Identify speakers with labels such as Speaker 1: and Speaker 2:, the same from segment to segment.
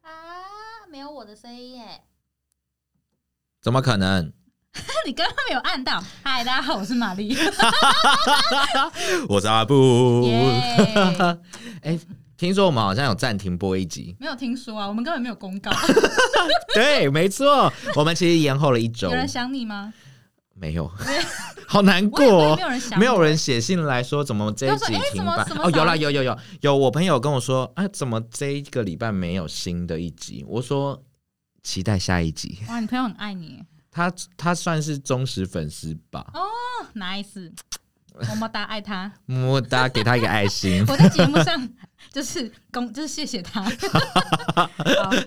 Speaker 1: 啊我的声音耶！
Speaker 2: 怎么可 能？
Speaker 1: 你刚刚没有按到。嗨，大家好，我是玛 丽。
Speaker 2: 我是阿布。
Speaker 1: 耶，
Speaker 2: 哎、听说我们好像有暂停播一集
Speaker 1: 没有听说啊，我们根本没有公告。
Speaker 2: 对，没错，我们其实延后了一周
Speaker 1: 有，人想你吗？
Speaker 2: 没 有，好难
Speaker 1: 我也我也
Speaker 2: 过
Speaker 1: 没。有人想我，
Speaker 2: 没有人写信来说怎么这一集
Speaker 1: 他说哎
Speaker 2: 停办、
Speaker 1: 怎么怎么
Speaker 2: 哦，
Speaker 1: 少
Speaker 2: 有啦，有有有有，我朋友跟我说啊，怎么这一个礼拜没有新的一集？我说期待下一集。
Speaker 1: 哇，你朋友很爱你
Speaker 2: 他他算是忠实粉丝吧，
Speaker 1: 哦，nice，么么哒，爱他。。
Speaker 2: 么么哒，给他一个爱 心
Speaker 1: 我在节目上 就是公，就是谢谢 他。好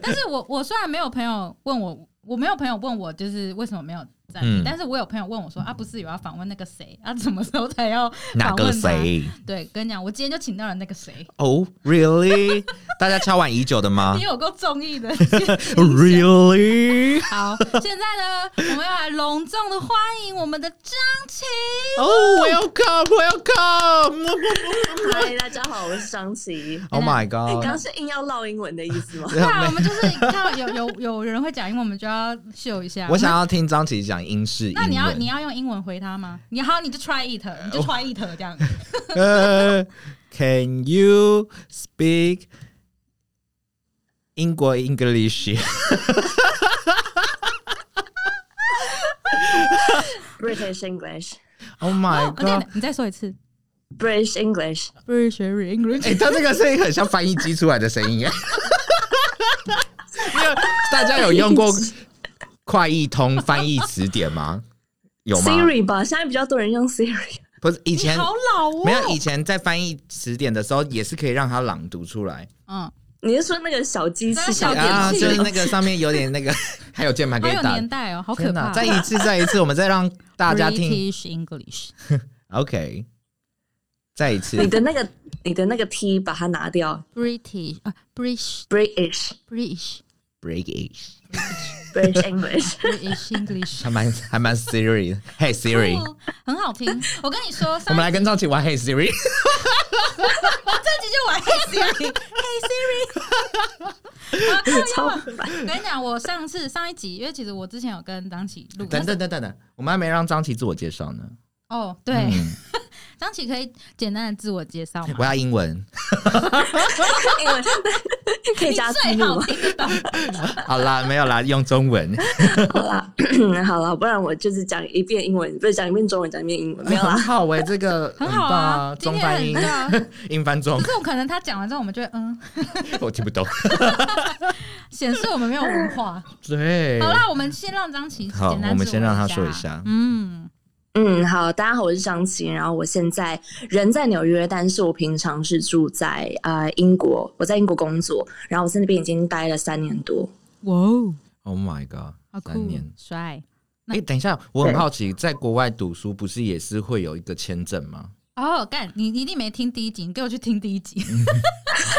Speaker 1: 但是我我虽然没有朋友问我，我没有朋友问我，就是为什么没有在、
Speaker 2: 嗯
Speaker 1: 但是我有朋友问我说啊，不是有要访问那个谁啊，什么时候才要？
Speaker 2: 哪个谁？
Speaker 1: 对，跟你讲，我今天就请到了那个谁，
Speaker 2: 哦、r e a l l y 大家敲碗已久的吗
Speaker 1: 你有够中意的。
Speaker 2: ？Really？
Speaker 1: 好，现在呢，我们要来隆重的欢迎我们的张琪。
Speaker 2: 哦、w e l c o m e w e l c o m e
Speaker 3: 嗨，大家好，我是张琪。
Speaker 2: Oh my
Speaker 1: 哎
Speaker 3: 刚刚
Speaker 2: god！
Speaker 3: 是硬要唠英文的意思吗？
Speaker 1: 对啊，我们就是看到有有有人会讲英文，我们就要秀一下。
Speaker 2: 我想要听张琪讲英式英
Speaker 1: 那
Speaker 2: 文。
Speaker 1: 你要你要用英文回他吗？你好，你就 try it，你就 try it 这样。
Speaker 2: 呃，Can you speak 英国 English？
Speaker 3: British English,
Speaker 2: Oh my
Speaker 1: 哦，对
Speaker 2: god！，
Speaker 1: 你再说一次。
Speaker 3: British English。
Speaker 1: British English，
Speaker 2: 哎、他这个声音很像翻译机出来的声 音耶。因为大家有用过快译通翻译词典吗？有吗？
Speaker 3: Siri 吧，现在比较多人用 Siri。
Speaker 2: 不是以
Speaker 1: 你
Speaker 2: 前
Speaker 1: 好老哦。
Speaker 2: 没有，以前在翻译词典的时候，也是可以让它朗读出来
Speaker 1: 嗯，
Speaker 3: 你是说那个小机
Speaker 1: 那个
Speaker 3: 器、
Speaker 1: 小
Speaker 3: 小
Speaker 1: 电器
Speaker 2: 啊，
Speaker 3: 电
Speaker 2: 就是
Speaker 3: 器？
Speaker 2: 那个上面有点那个， 还有键盘可
Speaker 1: 好
Speaker 2: 以
Speaker 1: 有
Speaker 2: 打
Speaker 1: 年。代哦，好可
Speaker 2: 天哪！
Speaker 1: 怕。
Speaker 2: 再一次，再一次，我们再让大家听。
Speaker 1: British English，
Speaker 2: OK，再一次
Speaker 3: 你。的那个，你的那个 T 把它拿掉。
Speaker 1: British 啊，British
Speaker 3: British,
Speaker 1: British
Speaker 2: British，
Speaker 3: British English。
Speaker 1: British English，
Speaker 2: 还蛮还蛮 Siri 的。Hey Siri，
Speaker 1: 哦很好听。我跟你说，
Speaker 2: 我
Speaker 1: 上
Speaker 2: 们来跟张琪玩 Hey Siri。
Speaker 1: 我这集就玩 Hey Siri，Hey Siri，
Speaker 3: 超
Speaker 1: 我跟你讲，我上次上一集，因为其实我之前有跟张琪录，
Speaker 2: 等等等等等，我们还没让张琪自我介绍呢。
Speaker 1: 哦，对，
Speaker 2: 嗯
Speaker 1: 张琪可以简单的自我介绍吗？
Speaker 2: 我要英文。
Speaker 3: 英文可 以
Speaker 1: 你
Speaker 3: 加字
Speaker 1: 最
Speaker 3: 幕
Speaker 1: 好
Speaker 3: 吗？
Speaker 1: 听得懂。
Speaker 2: 好啦，没有啦，用 中文。
Speaker 3: 好啦，嗯好啦，不然我就是讲一遍英文，不是讲一遍中文，讲一遍英文，没有啦
Speaker 2: 很。好喂、这个
Speaker 1: 很好
Speaker 2: 棒
Speaker 1: 啊，今
Speaker 2: 中
Speaker 1: 天
Speaker 2: 翻
Speaker 1: 很
Speaker 2: 英
Speaker 1: 对，啊。
Speaker 2: 英翻中
Speaker 1: 可，是我可能他讲完之后，我们就会嗯，
Speaker 2: 我听 不懂。
Speaker 1: 显示我们没有文化。
Speaker 2: 对，
Speaker 1: 好啦，我们先让张琪
Speaker 2: 好
Speaker 1: 简单，
Speaker 2: 我们
Speaker 1: 自
Speaker 2: 先让他
Speaker 1: 介啊
Speaker 2: 说一下
Speaker 1: 嗯，
Speaker 3: 嗯，好，大家好，我是张琪，然后我现在人在纽约，但是我平常是住在呃英国，我在英国工作，然后我在那边已经待了三年多。
Speaker 1: 哇哦，
Speaker 2: Oh my god，
Speaker 1: 好
Speaker 2: 三
Speaker 1: 酷
Speaker 2: 年。，
Speaker 1: 帅那
Speaker 2: 哎、等一下，我很好奇，在国外读书不是也是会有一个签证吗？
Speaker 1: 哦！干，你你一定没听第一集，你给我去听第一集。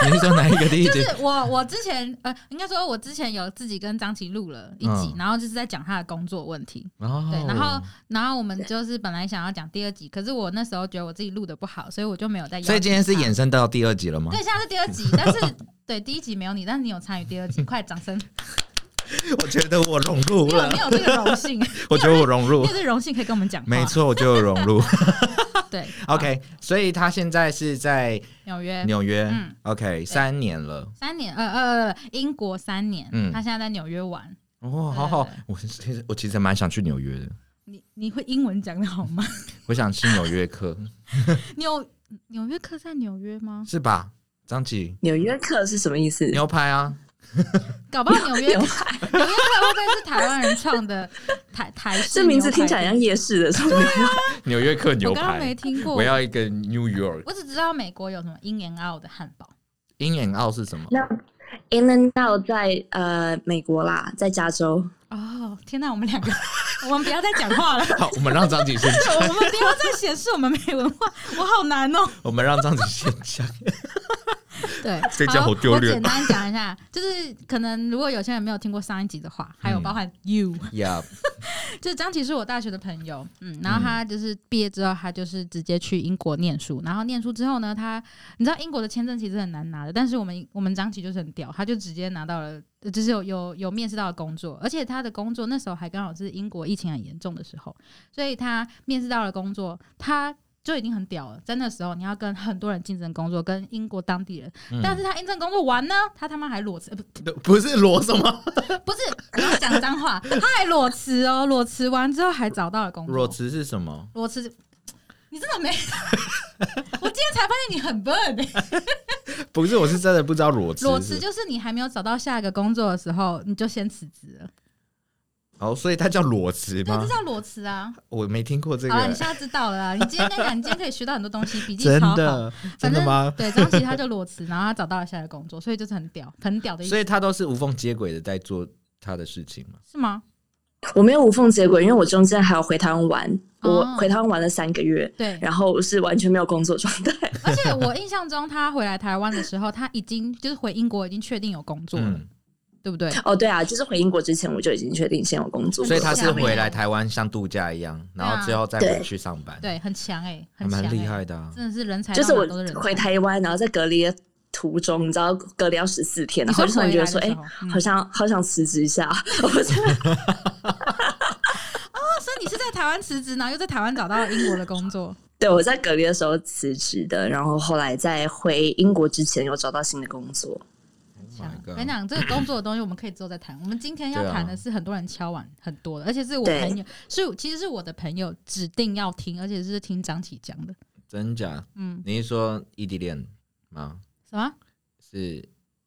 Speaker 2: 你是说哪一个第一
Speaker 1: 就
Speaker 2: 节？
Speaker 1: 是我我之前呃，应该说我之前有自己跟张琪录了一集，
Speaker 2: 嗯
Speaker 1: 然后就是在讲他的工作问题。
Speaker 2: 哦
Speaker 1: 对，然后然后我们就是本来想要讲第二集，可是我那时候觉得我自己录的不好，所以我就没有再邀请他。
Speaker 2: 所以今天是衍生到第二集了吗
Speaker 1: 对，？现在是第二集，但是对第一集没有你，但是你有参与第二 集，快掌声！
Speaker 2: 我觉得我融入
Speaker 1: 因为我
Speaker 2: 了
Speaker 1: 没，有这个荣 幸，
Speaker 2: 我觉得我融入
Speaker 1: 因为，是荣幸可以跟我们讲话。
Speaker 2: 没，错，我就有融 入。
Speaker 1: 对
Speaker 2: OK，所以他现在是在
Speaker 1: 纽约
Speaker 2: 纽约、
Speaker 1: 嗯
Speaker 2: o k 三年了。
Speaker 1: 三年，呃呃，呃英国三年，
Speaker 2: 嗯
Speaker 1: 他现在在纽约玩。
Speaker 2: 哦，好好
Speaker 1: 对，
Speaker 2: 我其实我其实蛮想去纽约的，
Speaker 1: 你你会英文讲的好吗？
Speaker 2: 我想吃纽约客，
Speaker 1: 嗯纽纽约客在纽约吗？
Speaker 2: 是吧？张琪，
Speaker 3: 纽约客是什么意思？
Speaker 2: 牛排啊，
Speaker 1: 搞不好纽约纽约客会不会是台湾人创的 台台式？
Speaker 3: 这名字听起来像。夜市的，是不是
Speaker 2: 纽约客
Speaker 1: 我
Speaker 2: 牛
Speaker 1: 刚刚没
Speaker 2: 排，
Speaker 1: 听过，
Speaker 2: 我要一个 New York。
Speaker 1: 我只知道美国有什么 In and Out 的汉堡，
Speaker 2: 鹰眼澳是什么？
Speaker 3: 那 In and Out 在呃美国啦，在加州。
Speaker 1: 哦，天哪，我们两个， 我们不要再讲话了，
Speaker 2: 好，我们让张琪先
Speaker 1: 我
Speaker 2: 讲，
Speaker 1: 们不要再显示我们没文化，我好难哦。
Speaker 2: 我们让张琪先讲。
Speaker 1: 对，
Speaker 2: 这家好丢脸
Speaker 1: 我简单讲一下，就是可能如果有些人没有听过上一集的话，还有
Speaker 2: 嗯
Speaker 1: 包含 you，、
Speaker 2: 呀，
Speaker 1: 就是张琪是我大学的朋友，嗯，然后他就是毕业之后，他就是直接去英国念书，然后念书之后呢，他你知道英国的签证其实很难拿的，但是我们我们张琪就是很屌，他就直接拿到了，呃就是有有有面试到的工作，而且他的工作那时候还刚好是英国疫情很严重的时候，所以他面试到了工作，他。就已经很屌了，在那时候你要跟很多人竞争工作，跟英国当地人，
Speaker 2: 嗯
Speaker 1: 但是他应征工作完呢，他他妈还裸辞，呃不
Speaker 2: 不是裸什么
Speaker 1: 不是，不要讲脏话，他还裸辞哦，裸辞完之后还找到了工作。
Speaker 2: 裸辞是什么？
Speaker 1: 裸辞，你真的没？ 我今天才发现你很笨。欸
Speaker 2: 不是，我是真的不知道裸辞。
Speaker 1: 裸辞就是你还没有找到下一个工作的时候，你就先辞职了。
Speaker 2: 哦，所以它叫裸辞
Speaker 1: 对，
Speaker 2: 吗
Speaker 1: 这？叫裸辞啊。
Speaker 2: 我没听过这
Speaker 1: 好了，你
Speaker 2: 个
Speaker 1: 现，在知道了啊。你今天跟你讲，你今天可以学到很多东西，笔记
Speaker 2: 真
Speaker 1: 超好。
Speaker 2: 的
Speaker 1: 反
Speaker 2: 真的
Speaker 1: 正
Speaker 2: 吗？
Speaker 1: 对，张琪他就裸辞，然后他找到了下一个工作，所以就是很屌，很屌的意思
Speaker 2: 所，以他都是无缝接轨的在做他的事情嘛。
Speaker 1: 是吗？
Speaker 3: 我没有无缝接轨，因为我中间还有回台湾玩，我
Speaker 1: 哦
Speaker 3: 回台湾玩了三个月，
Speaker 1: 对，
Speaker 3: 然后是完全没有工作状态。
Speaker 1: 而且我印象中他回来台湾的时候，他已经就是回英国已经确定有工作了，
Speaker 2: 嗯，
Speaker 1: 对不对？
Speaker 3: 哦，对啊，就是回英国之前我就已经确定先有工作，
Speaker 2: 所以他
Speaker 1: 对
Speaker 2: 是
Speaker 1: 啊
Speaker 2: 回来台湾像度假一样，然后最后再回去上班，，
Speaker 1: 对，很强哎、
Speaker 2: 还
Speaker 1: 很强、
Speaker 2: 蛮
Speaker 1: 欸，
Speaker 2: 厉害的啊。
Speaker 1: 真的是人才，
Speaker 3: 就是我
Speaker 1: 都是人才
Speaker 3: 回台湾，然后在隔离的途中，你知道隔离要十四天，
Speaker 1: 你
Speaker 3: 然后
Speaker 1: 说
Speaker 3: 我就突然觉得
Speaker 1: 回
Speaker 3: 说，
Speaker 1: 来的
Speaker 3: 哎、
Speaker 1: 时候嗯
Speaker 3: 好像好想辞职一下，啊 我就
Speaker 1: 哦，所以你是在台湾辞职，然后又在台湾找到英国的工 作，
Speaker 3: 对我在隔离的时候辞职的，然后后来在回英国之前有找到新的工作。
Speaker 1: 强
Speaker 2: Oh
Speaker 1: 哎
Speaker 2: my god
Speaker 1: 我跟你讲，这个工作的东西我们可以之后再谈。我们今天要
Speaker 2: 对啊
Speaker 1: 谈的是很多人敲碗很多的，而且是我
Speaker 3: 对
Speaker 1: 朋友，是其实是我的朋友指定要听，而且是听张启讲的。
Speaker 2: 真假？
Speaker 1: 嗯，
Speaker 2: 你是说异地恋吗？
Speaker 1: 什么？
Speaker 2: 是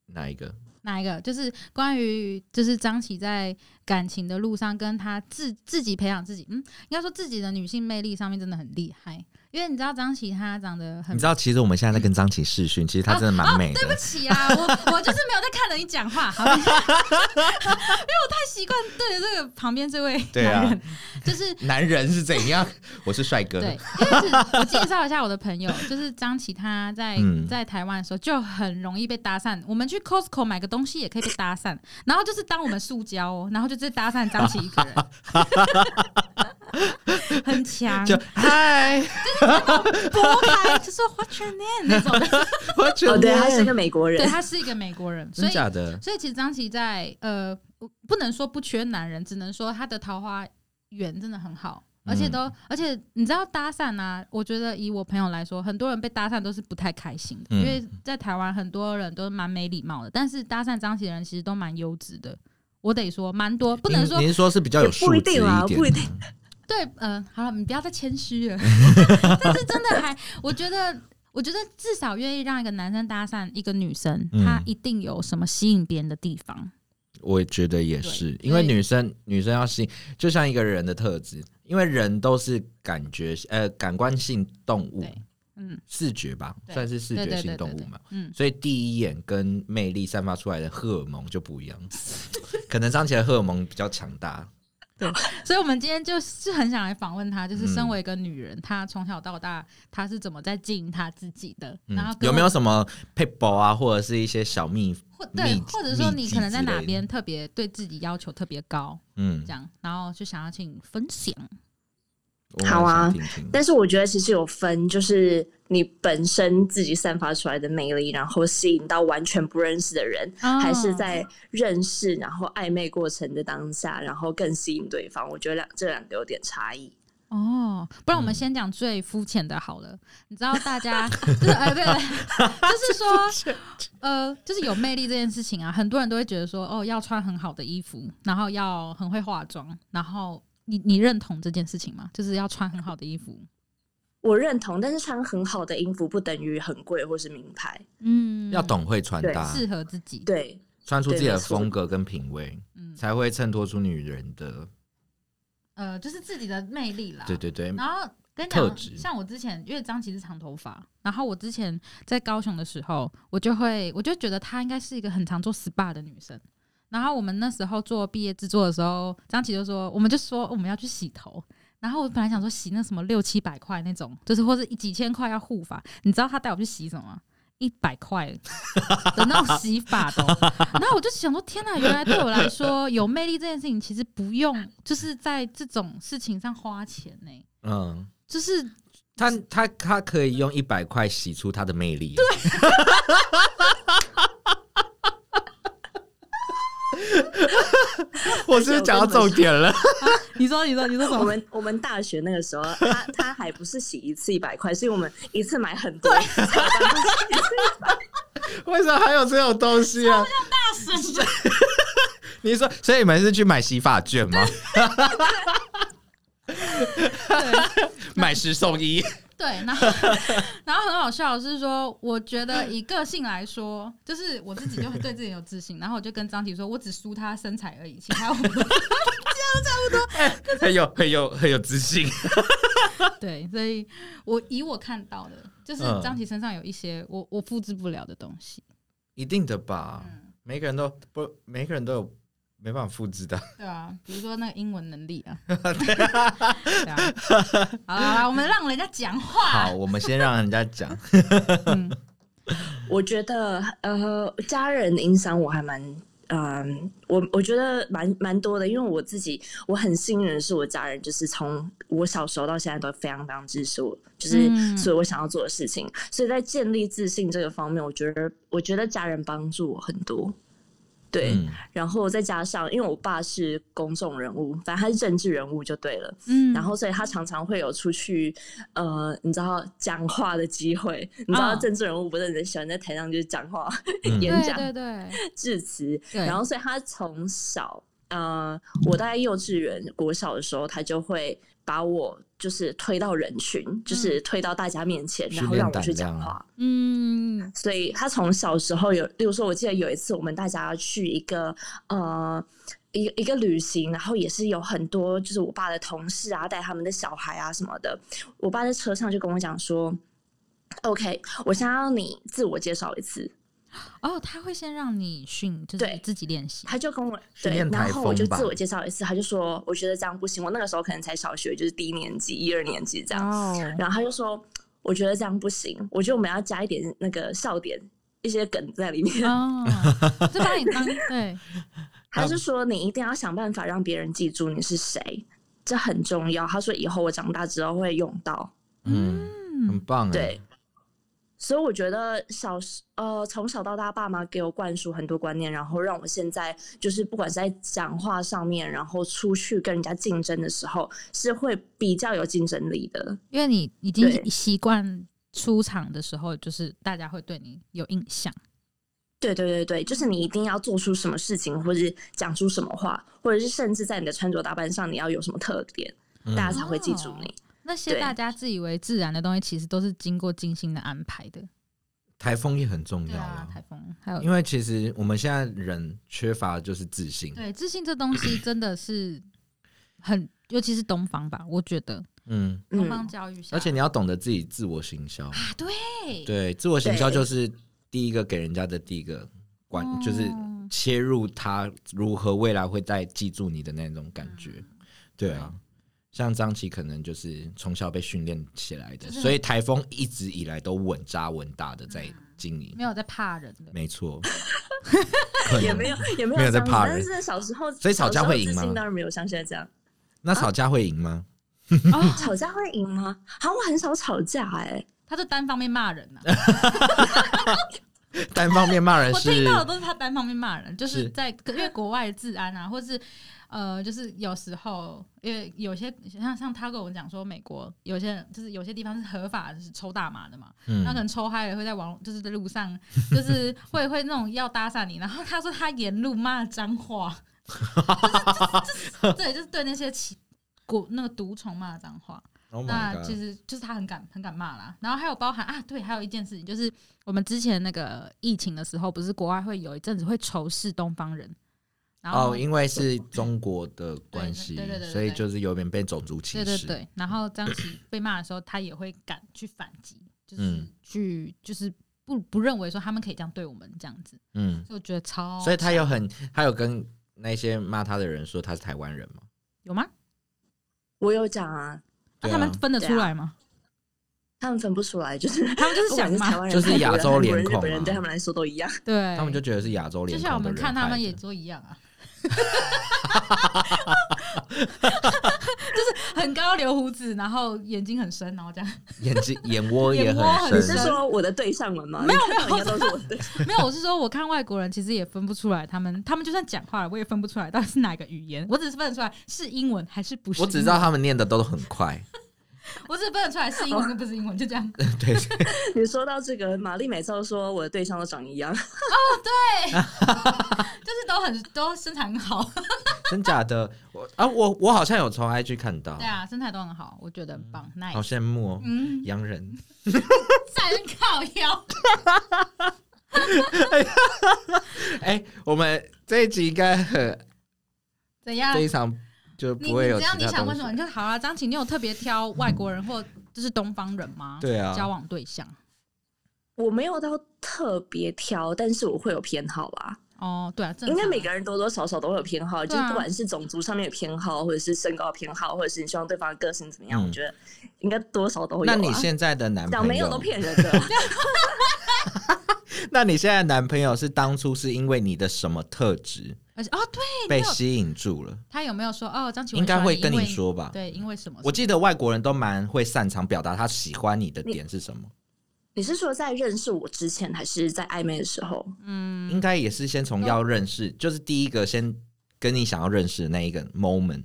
Speaker 2: 哪一个？
Speaker 1: 哪一个？就是关于就是张启在感情的路上，跟他自自己培养自己，嗯，应该说自己的女性魅力上面真的很厉害。因为你知道张启他长得很
Speaker 2: 你知道，其实我们现在在跟张琪视讯，其实她真的蛮美
Speaker 1: 对不
Speaker 2: 的。
Speaker 1: 起啊，我 我就是没有在看着你讲话，好， 因为我太习惯对着这个旁边这位
Speaker 2: 对啊
Speaker 1: 男人，就是。
Speaker 2: 男人是怎样？ 我是帅哥。
Speaker 1: 对，因为是我介绍一下我的 朋友，就是张琪，他在、
Speaker 2: 嗯
Speaker 1: 在台湾的时候就很容易被搭讪。我们去 Costco 买个东西也可以被搭讪，然后就是当我们塑胶、哦，然后就直接搭讪张琪一 个人，很强，
Speaker 2: 就 嗨，
Speaker 1: 拨开就说 What's your name 那种的。
Speaker 2: 我觉
Speaker 3: 哦，
Speaker 2: 得
Speaker 3: 对，他是一个美国
Speaker 1: 对
Speaker 3: 人，
Speaker 1: 他是一个美国人，所
Speaker 2: 真
Speaker 1: 以
Speaker 2: 假的，
Speaker 1: 所以其实张琪在呃，不不能说不缺男人，只能说他的桃花缘真的很好，
Speaker 2: 嗯
Speaker 1: 而且都、而且你知道搭讪啊，我觉得以我朋友来说，很多人被搭讪都是不太开心的，
Speaker 2: 嗯
Speaker 1: 因为在台湾很多人都蛮没礼貌的，但是搭讪张琪的人其实都蛮优质的。我得说，蛮多，不能
Speaker 2: 您
Speaker 1: 说
Speaker 2: 您说是比较有素质
Speaker 3: 也不一定啦
Speaker 2: 点，
Speaker 3: 不一定
Speaker 1: 对，嗯、好了，你不要再谦虚 了。但是真的还，我觉得，我觉得至少愿意让一个男生搭讪一个女生，
Speaker 2: 嗯
Speaker 1: 他一定有什么吸引别人的地方。
Speaker 2: 我觉得也是，
Speaker 1: 对
Speaker 2: 因为
Speaker 1: 所以
Speaker 2: 女生女生要吸引，就像一个人的特质，因为人都是感觉呃感官性动物，
Speaker 1: 对，嗯，
Speaker 2: 视觉吧，
Speaker 1: 对
Speaker 2: 算是视
Speaker 1: 对
Speaker 2: 觉
Speaker 1: 对
Speaker 2: 性
Speaker 1: 对
Speaker 2: 动
Speaker 1: 对
Speaker 2: 物
Speaker 1: 对
Speaker 2: 嘛，
Speaker 1: 嗯，
Speaker 2: 所以第一眼跟魅力散发出来的荷尔蒙就不一样， 可能张起来荷尔蒙比较强大，
Speaker 1: 所以我们今天就是很想来访问她，就是身
Speaker 2: 嗯
Speaker 1: 为一个女人，她从小到大她是怎么在经营她自己的，
Speaker 2: 嗯
Speaker 1: 然后，跟
Speaker 2: 有没有
Speaker 1: 我
Speaker 2: 什么 people 啊，或者是一些小秘，
Speaker 1: 或对
Speaker 2: 秘，
Speaker 1: 或者说
Speaker 2: 秘
Speaker 1: 你
Speaker 2: 籍
Speaker 1: 可能在
Speaker 2: 之类
Speaker 1: 哪
Speaker 2: 的
Speaker 1: 边特别对自己要求特别高，
Speaker 2: 嗯
Speaker 1: 这，样，然后就想要请你分享。
Speaker 2: 我蛮
Speaker 3: 好啊
Speaker 2: 想听听
Speaker 3: 但是我觉得其实有分，就是你本身自己散发出来的魅力，然后吸引到完全不认识的人，
Speaker 1: 哦
Speaker 3: 还是在认识然后暧昧过程的当下，然后更吸引对方。我觉得两这两个有点差异。
Speaker 1: 哦，不然我们
Speaker 2: 嗯
Speaker 1: 先讲最肤浅的好了。你知道大家 就是哎，对对，就是 说呃，就是有魅力这件事情啊，很多人都会觉得说，哦，要穿很好的衣服，然后要很会化妆，然后你你认同这件事情吗？就是要穿很好的衣服。
Speaker 3: 我认同，但是穿很好的衣服不等于很贵或是名牌。
Speaker 1: 嗯，
Speaker 2: 要懂会穿
Speaker 3: 对
Speaker 2: 搭，
Speaker 1: 适合自己。
Speaker 3: 对，
Speaker 2: 穿出自己
Speaker 3: 对
Speaker 2: 的
Speaker 3: 没错
Speaker 2: 风格跟品味，
Speaker 1: 嗯，
Speaker 2: 才会衬托出女人的，
Speaker 1: 呃，就是自己的魅力啦。
Speaker 2: 对对对，
Speaker 1: 然后跟你
Speaker 2: 特
Speaker 1: 讲，
Speaker 2: 质
Speaker 1: 像我之前，因为张琪是长头发，然后我之前在高雄的时候，我就会我就觉得她应该是一个很常做 SPA 的女生。然后我们那时候做毕业制作的时候，张琪就说，我们就说我们要去洗头。然后我本来想说洗那什么六七百块那种，就是或者几千块要护发，你知道她带我去洗什么吗？一百块的那种洗发的哦、然后我就想说，天哪，原来对我来说，有魅力这件事情其实不用，就是在这种事情上花钱呢、
Speaker 2: 嗯，
Speaker 1: 就是
Speaker 2: 他他他可以用一百块洗出他的魅力。 我是不是讲到重点了？
Speaker 1: 你说，你说，你说什
Speaker 3: 我
Speaker 1: 么？
Speaker 3: 们我们大学那个时候，他他还不是洗一次一百块，所以我们一次买很多。
Speaker 2: 为什么还有这种东西啊？你说，所以你们是去买洗发券吗？
Speaker 1: 对
Speaker 2: 买十送一？
Speaker 1: 对，然后然后很好笑的是说，我觉得以个性来说，就是我自己就对自己有自信，然后我就跟张婷说，我只输她身材而已，其他我 不
Speaker 2: 很有很有很有自信。
Speaker 1: 对，所以我以我看到的，就是
Speaker 2: 嗯
Speaker 1: 张琪身上有一些我我复制不了的东西。
Speaker 2: 一定的吧，
Speaker 1: 嗯
Speaker 2: 每个人都不，每个人都有没办法复制的。
Speaker 1: 对啊，比如说那个英文能力 啊。对啊，好啦好啦，我们让人家讲话
Speaker 2: 好，。我们先让人家 讲。
Speaker 1: 嗯，
Speaker 3: 我觉得呃，家人影响我还蛮。嗯，我我觉得蛮蛮多的，因为我自己我很幸运的是，我家人就是从我小时候到现在都非常非常支持我，就是
Speaker 1: 嗯
Speaker 3: 所有我想要做的事情，所以在建立自信这个方面，我觉得我觉得家人帮助我很多，对，
Speaker 2: 嗯，
Speaker 3: 然后再加上因为我爸是公众人物，反正他是政治人物就对了，
Speaker 1: 嗯
Speaker 3: 然后所以他常常会有出去，呃，你知道讲话的机会，你知道
Speaker 1: 嗯
Speaker 3: 政治人物不是很喜欢在台上就是讲话、
Speaker 2: 嗯
Speaker 3: 演
Speaker 1: 对
Speaker 3: 讲、
Speaker 1: 对对
Speaker 3: 致辞，
Speaker 1: 对，
Speaker 3: 然后所以他从小，呃，我大概幼稚园、国小的时候，他就会把我就是推到人群，就是推到大家面前，
Speaker 2: 训
Speaker 3: 然后
Speaker 2: 练
Speaker 3: 让我
Speaker 2: 胆
Speaker 3: 去讲
Speaker 2: 量啊
Speaker 3: 话。
Speaker 1: 嗯
Speaker 3: 所以他从小时候有，例如说，我记得有一次我们大家去一个呃一个一个旅行，然后也是有很多就是我爸的同事啊，带他们的小孩啊什么的。我爸在车上就跟我讲说：“OK，我先要你自我介绍一次。
Speaker 1: 哦，他会先让你训，就是
Speaker 3: 对
Speaker 1: 自己练”习。
Speaker 3: 他就跟我
Speaker 2: 训
Speaker 3: 对
Speaker 2: 练，台
Speaker 3: 然后我就
Speaker 2: 风吧
Speaker 3: 自我介绍一次，他就说：“我觉得这样不行。”我那个时候可能才小学，就是低年级、一二年级这样。
Speaker 1: 哦，
Speaker 3: 然后他就说：“我觉得这样不行，我觉得我们要加一点那个笑点，一些梗在里面。”
Speaker 1: 哦，就把你当对，
Speaker 3: 他是说你一定要想办法让别人记住你是谁，这很重要。他说以后我长大之后会用到，
Speaker 2: 嗯，很
Speaker 1: 嗯，
Speaker 2: 棒哎。
Speaker 3: 对。所以我觉得小时呃从小到大，爸妈给我灌输很多观念，然后让我现在就是不管是在讲话上面，然后出去跟人家竞争的时候，是会比较有竞争力的。
Speaker 1: 因为你已经
Speaker 3: 对
Speaker 1: 习惯出场的时候，就是大家会对你有印象。
Speaker 3: 对对对对，就是你一定要做出什么事情，或者讲出什么话，或者是甚至在你的穿着打扮上，你要有什么特点，
Speaker 2: 嗯
Speaker 3: 大家才会记住
Speaker 1: 哦
Speaker 3: 你。
Speaker 1: 那些
Speaker 3: 对
Speaker 1: 大家自以为自然的东西，其实都是经过精心的安排的。
Speaker 2: 台风也很重要
Speaker 1: 啊
Speaker 2: 啊，，
Speaker 1: 台风还有
Speaker 2: 因为其实我们现在人缺乏就是自信。
Speaker 1: 对自信这东西真的是很，尤其是东方吧，我觉得
Speaker 2: 嗯，
Speaker 1: 东
Speaker 3: 嗯
Speaker 1: 方教育下，
Speaker 2: 而且你要懂得自己自我行销。
Speaker 1: 啊，对
Speaker 2: 对，自我行销
Speaker 3: 对
Speaker 2: 就是第一个给人家的第一个关，就是
Speaker 1: 哦
Speaker 2: 切入他如何未来会再记住你的那种感觉。
Speaker 1: 嗯
Speaker 2: 对啊，像张琪可能就是从小被训练起来的，
Speaker 1: 就是
Speaker 2: 所以台风一直以来都稳扎稳打的在经营。
Speaker 1: 没有在怕人的，
Speaker 2: 没 错，可
Speaker 3: 也
Speaker 2: 能
Speaker 3: 没有也没
Speaker 2: 没有在
Speaker 3: 有这样子
Speaker 2: 怕人
Speaker 3: 但是小时候
Speaker 2: 所以吵架会赢吗
Speaker 3: 小时候自信当然没有像现在这样，
Speaker 2: 那吵架会赢吗？
Speaker 1: 哦，
Speaker 3: 吵架会赢吗？好像我很少吵架哎、
Speaker 1: 他就单方面骂人啊呐、
Speaker 2: 单方面骂人
Speaker 1: 我听
Speaker 2: 是
Speaker 1: 到的都是他单方面骂人，就是
Speaker 2: 是
Speaker 1: 在因为国外的治安啊，或是呃，就是有时候因为有些像像他跟我讲说，美国有些人就是有些地方是合法就是抽大麻的嘛，他可
Speaker 2: 嗯，
Speaker 1: 能抽嗨了会在网就是在路上就是 会会那种要搭讪你，然后他说他沿路骂脏话， 就是就是对，就是对那些其果那个毒虫骂脏话。
Speaker 2: Oh my
Speaker 1: 那
Speaker 2: god
Speaker 1: 其实就是他很敢很敢骂啦。然后还有包含啊，对，还有一件事情就是我们之前那个疫情的时候，不是国外会有一阵子会仇视东方人，然后、
Speaker 2: 哦，因为是中国的关系
Speaker 1: 对对对对，对
Speaker 2: 所以就是有点被种族歧
Speaker 1: 对
Speaker 2: 视。
Speaker 1: 对对，然后张琪被骂的时候，他也会敢去反击，就是
Speaker 2: 嗯
Speaker 1: 去、就是不不认为说他们可以这样对我们这样子，
Speaker 2: 嗯，
Speaker 1: 所以我觉得超
Speaker 2: 所以他有很，他有跟那些骂他的人说他是台湾人嘛？
Speaker 1: 有吗？
Speaker 3: 我有讲啊，
Speaker 1: 那、
Speaker 2: 对啊
Speaker 1: 他们分得出来吗？
Speaker 3: 他们分不出来，就是
Speaker 1: 他 们就是
Speaker 3: 不管
Speaker 1: 想
Speaker 3: 是
Speaker 1: 嘛
Speaker 3: 台湾人、
Speaker 2: 就是
Speaker 3: 泰国人
Speaker 2: 亚洲
Speaker 3: 韩国
Speaker 2: 脸
Speaker 3: 人日
Speaker 2: 孔
Speaker 3: 本人
Speaker 2: 啊
Speaker 3: 对他们来说都一样。
Speaker 1: 对，
Speaker 2: 他们就觉得是亚洲
Speaker 1: 就
Speaker 2: 脸孔的人
Speaker 1: 像我们看他们也
Speaker 2: 拍的
Speaker 1: 都一样 啊，就是很高留胡子，然后眼睛很深，然后这样。
Speaker 2: 眼 睛眼窝也
Speaker 1: 眼窝
Speaker 2: 很
Speaker 1: 很
Speaker 3: 你是
Speaker 1: 深
Speaker 3: 说我的对象们吗？没有，没有，应该都是我的对象。
Speaker 1: 没有，我是说我看外国人其实也分不出来，他们他们就算讲话了，我也分不出来到底是哪个语言，我只是分得出来是英文还是不是。
Speaker 2: 我只知道，他们念的都很快，
Speaker 1: 我只分得出来是英文跟不是英文，就这样。
Speaker 2: 对，
Speaker 3: 你说到这个，玛丽每次都说我的对象都长一样，
Speaker 1: 就是都很都身材很好，
Speaker 2: 真假的？我啊，我我好像有从 IG 看到
Speaker 1: 对，啊，身材都很好，我觉得很棒
Speaker 2: 好
Speaker 1: ，nice。
Speaker 2: 羡慕哦，
Speaker 1: 嗯，
Speaker 2: 洋人。
Speaker 1: 站靠腰，
Speaker 2: 哎，我们这一集应该很
Speaker 1: 怎样？
Speaker 2: 非常就
Speaker 1: 你
Speaker 2: 不会
Speaker 1: 你
Speaker 2: 有
Speaker 1: 只
Speaker 2: 其
Speaker 1: 要你
Speaker 2: 他
Speaker 1: 想
Speaker 2: 东
Speaker 1: 问
Speaker 2: 西
Speaker 1: 什么，。你就好啊。张琪，你有特别挑外国人或就是东方人吗？
Speaker 2: 对啊
Speaker 1: 交往对象
Speaker 3: 我没有到特别挑，但是我会有偏好吧。
Speaker 1: 哦，对啊，正
Speaker 3: 应该
Speaker 1: 常
Speaker 3: 每个人多多少少都会有偏好，
Speaker 1: 对
Speaker 3: 就
Speaker 1: 啊
Speaker 3: 是不管是种族上面的偏好，或者是身高的偏好，或者是你希望对方的个性怎么
Speaker 2: 嗯
Speaker 3: 样，我觉得应该多少都会
Speaker 2: 那
Speaker 3: 有、啊。
Speaker 2: 你现在的男
Speaker 3: 讲
Speaker 2: 朋
Speaker 3: 没有
Speaker 2: 友
Speaker 3: 都，骗 人的，
Speaker 2: 那你现在的男朋友是当初是因为你的什么特质
Speaker 1: 而且哦，对，
Speaker 2: 被
Speaker 1: 没有
Speaker 2: 吸引住了？
Speaker 1: 他有没有说哦，张琪我
Speaker 2: 应该
Speaker 1: 喜欢
Speaker 2: 会跟
Speaker 1: 因为
Speaker 2: 你说吧？
Speaker 1: 对，因为什么？
Speaker 2: 我记得外国人都蛮会擅长表达他喜欢你的点是什么，
Speaker 3: 你是说在认识我之前，还是在暧昧的时候？
Speaker 1: 嗯，
Speaker 2: 应该也是先从要认识，就是第一个先跟你想要认识的那一个 moment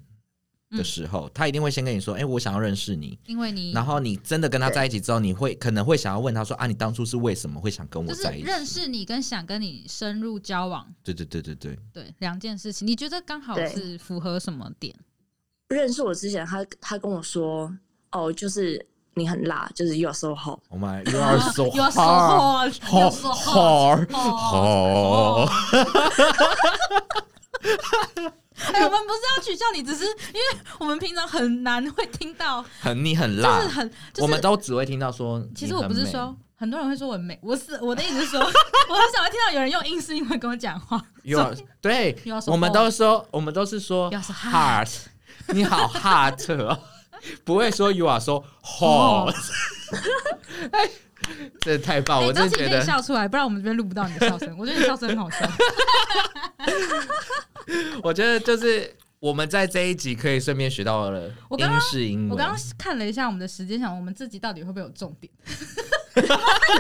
Speaker 1: 嗯
Speaker 2: 的时候，他一定会先跟你说：“哎、我想要认识你。
Speaker 1: 因为”你
Speaker 2: 然后你真的跟他在一起之后，你会可能会想要问他说：“啊，你当初是为什么会想跟我
Speaker 1: 就是
Speaker 2: 在一起？”
Speaker 1: 认识你跟想跟你深入交往，
Speaker 2: 对对对对对，
Speaker 1: 对两件事情，你觉得刚好
Speaker 3: 对
Speaker 1: 是符合什么点？
Speaker 3: 认识我之前，他他跟我说，哦，就是你很辣，就是 you are so hot。
Speaker 2: 我们 you are so
Speaker 1: You are so
Speaker 2: hard
Speaker 1: hot, you are
Speaker 2: hard
Speaker 1: so hot,
Speaker 2: hard
Speaker 1: hot,
Speaker 2: hard，
Speaker 1: 哎，我们不是要取笑你，只是因为我们平常很难会听到，
Speaker 2: 很你很
Speaker 1: 就
Speaker 2: 辣
Speaker 1: 是，很就是
Speaker 2: 啊我们都只会听到说，
Speaker 1: 其实我
Speaker 2: 你
Speaker 1: 不
Speaker 2: 很
Speaker 1: 是
Speaker 2: 美
Speaker 1: 说，很多人会说我很美，我是我的意思是说，我很少会听到有人用英式英文跟我讲话。
Speaker 2: You are 对
Speaker 1: You are，so
Speaker 2: 我们都说，我们都是说
Speaker 1: You are so
Speaker 2: heart，你好 heart 哦，不会说 you are so hot。哎这太棒，啊我
Speaker 1: 哦哎，
Speaker 2: 真
Speaker 1: 张
Speaker 2: 的
Speaker 1: 琪
Speaker 2: 觉
Speaker 1: 可以
Speaker 2: 得，
Speaker 1: 笑出来，不然我们这边录不到你的笑声。我 觉得你笑声很好笑。
Speaker 2: 我觉得就是我们在这一集可以顺便学到了
Speaker 1: 我刚刚
Speaker 2: 英式英
Speaker 1: 我
Speaker 2: 文
Speaker 1: 刚。刚看了一下我们的时间，想我们自己到底会不会有重点？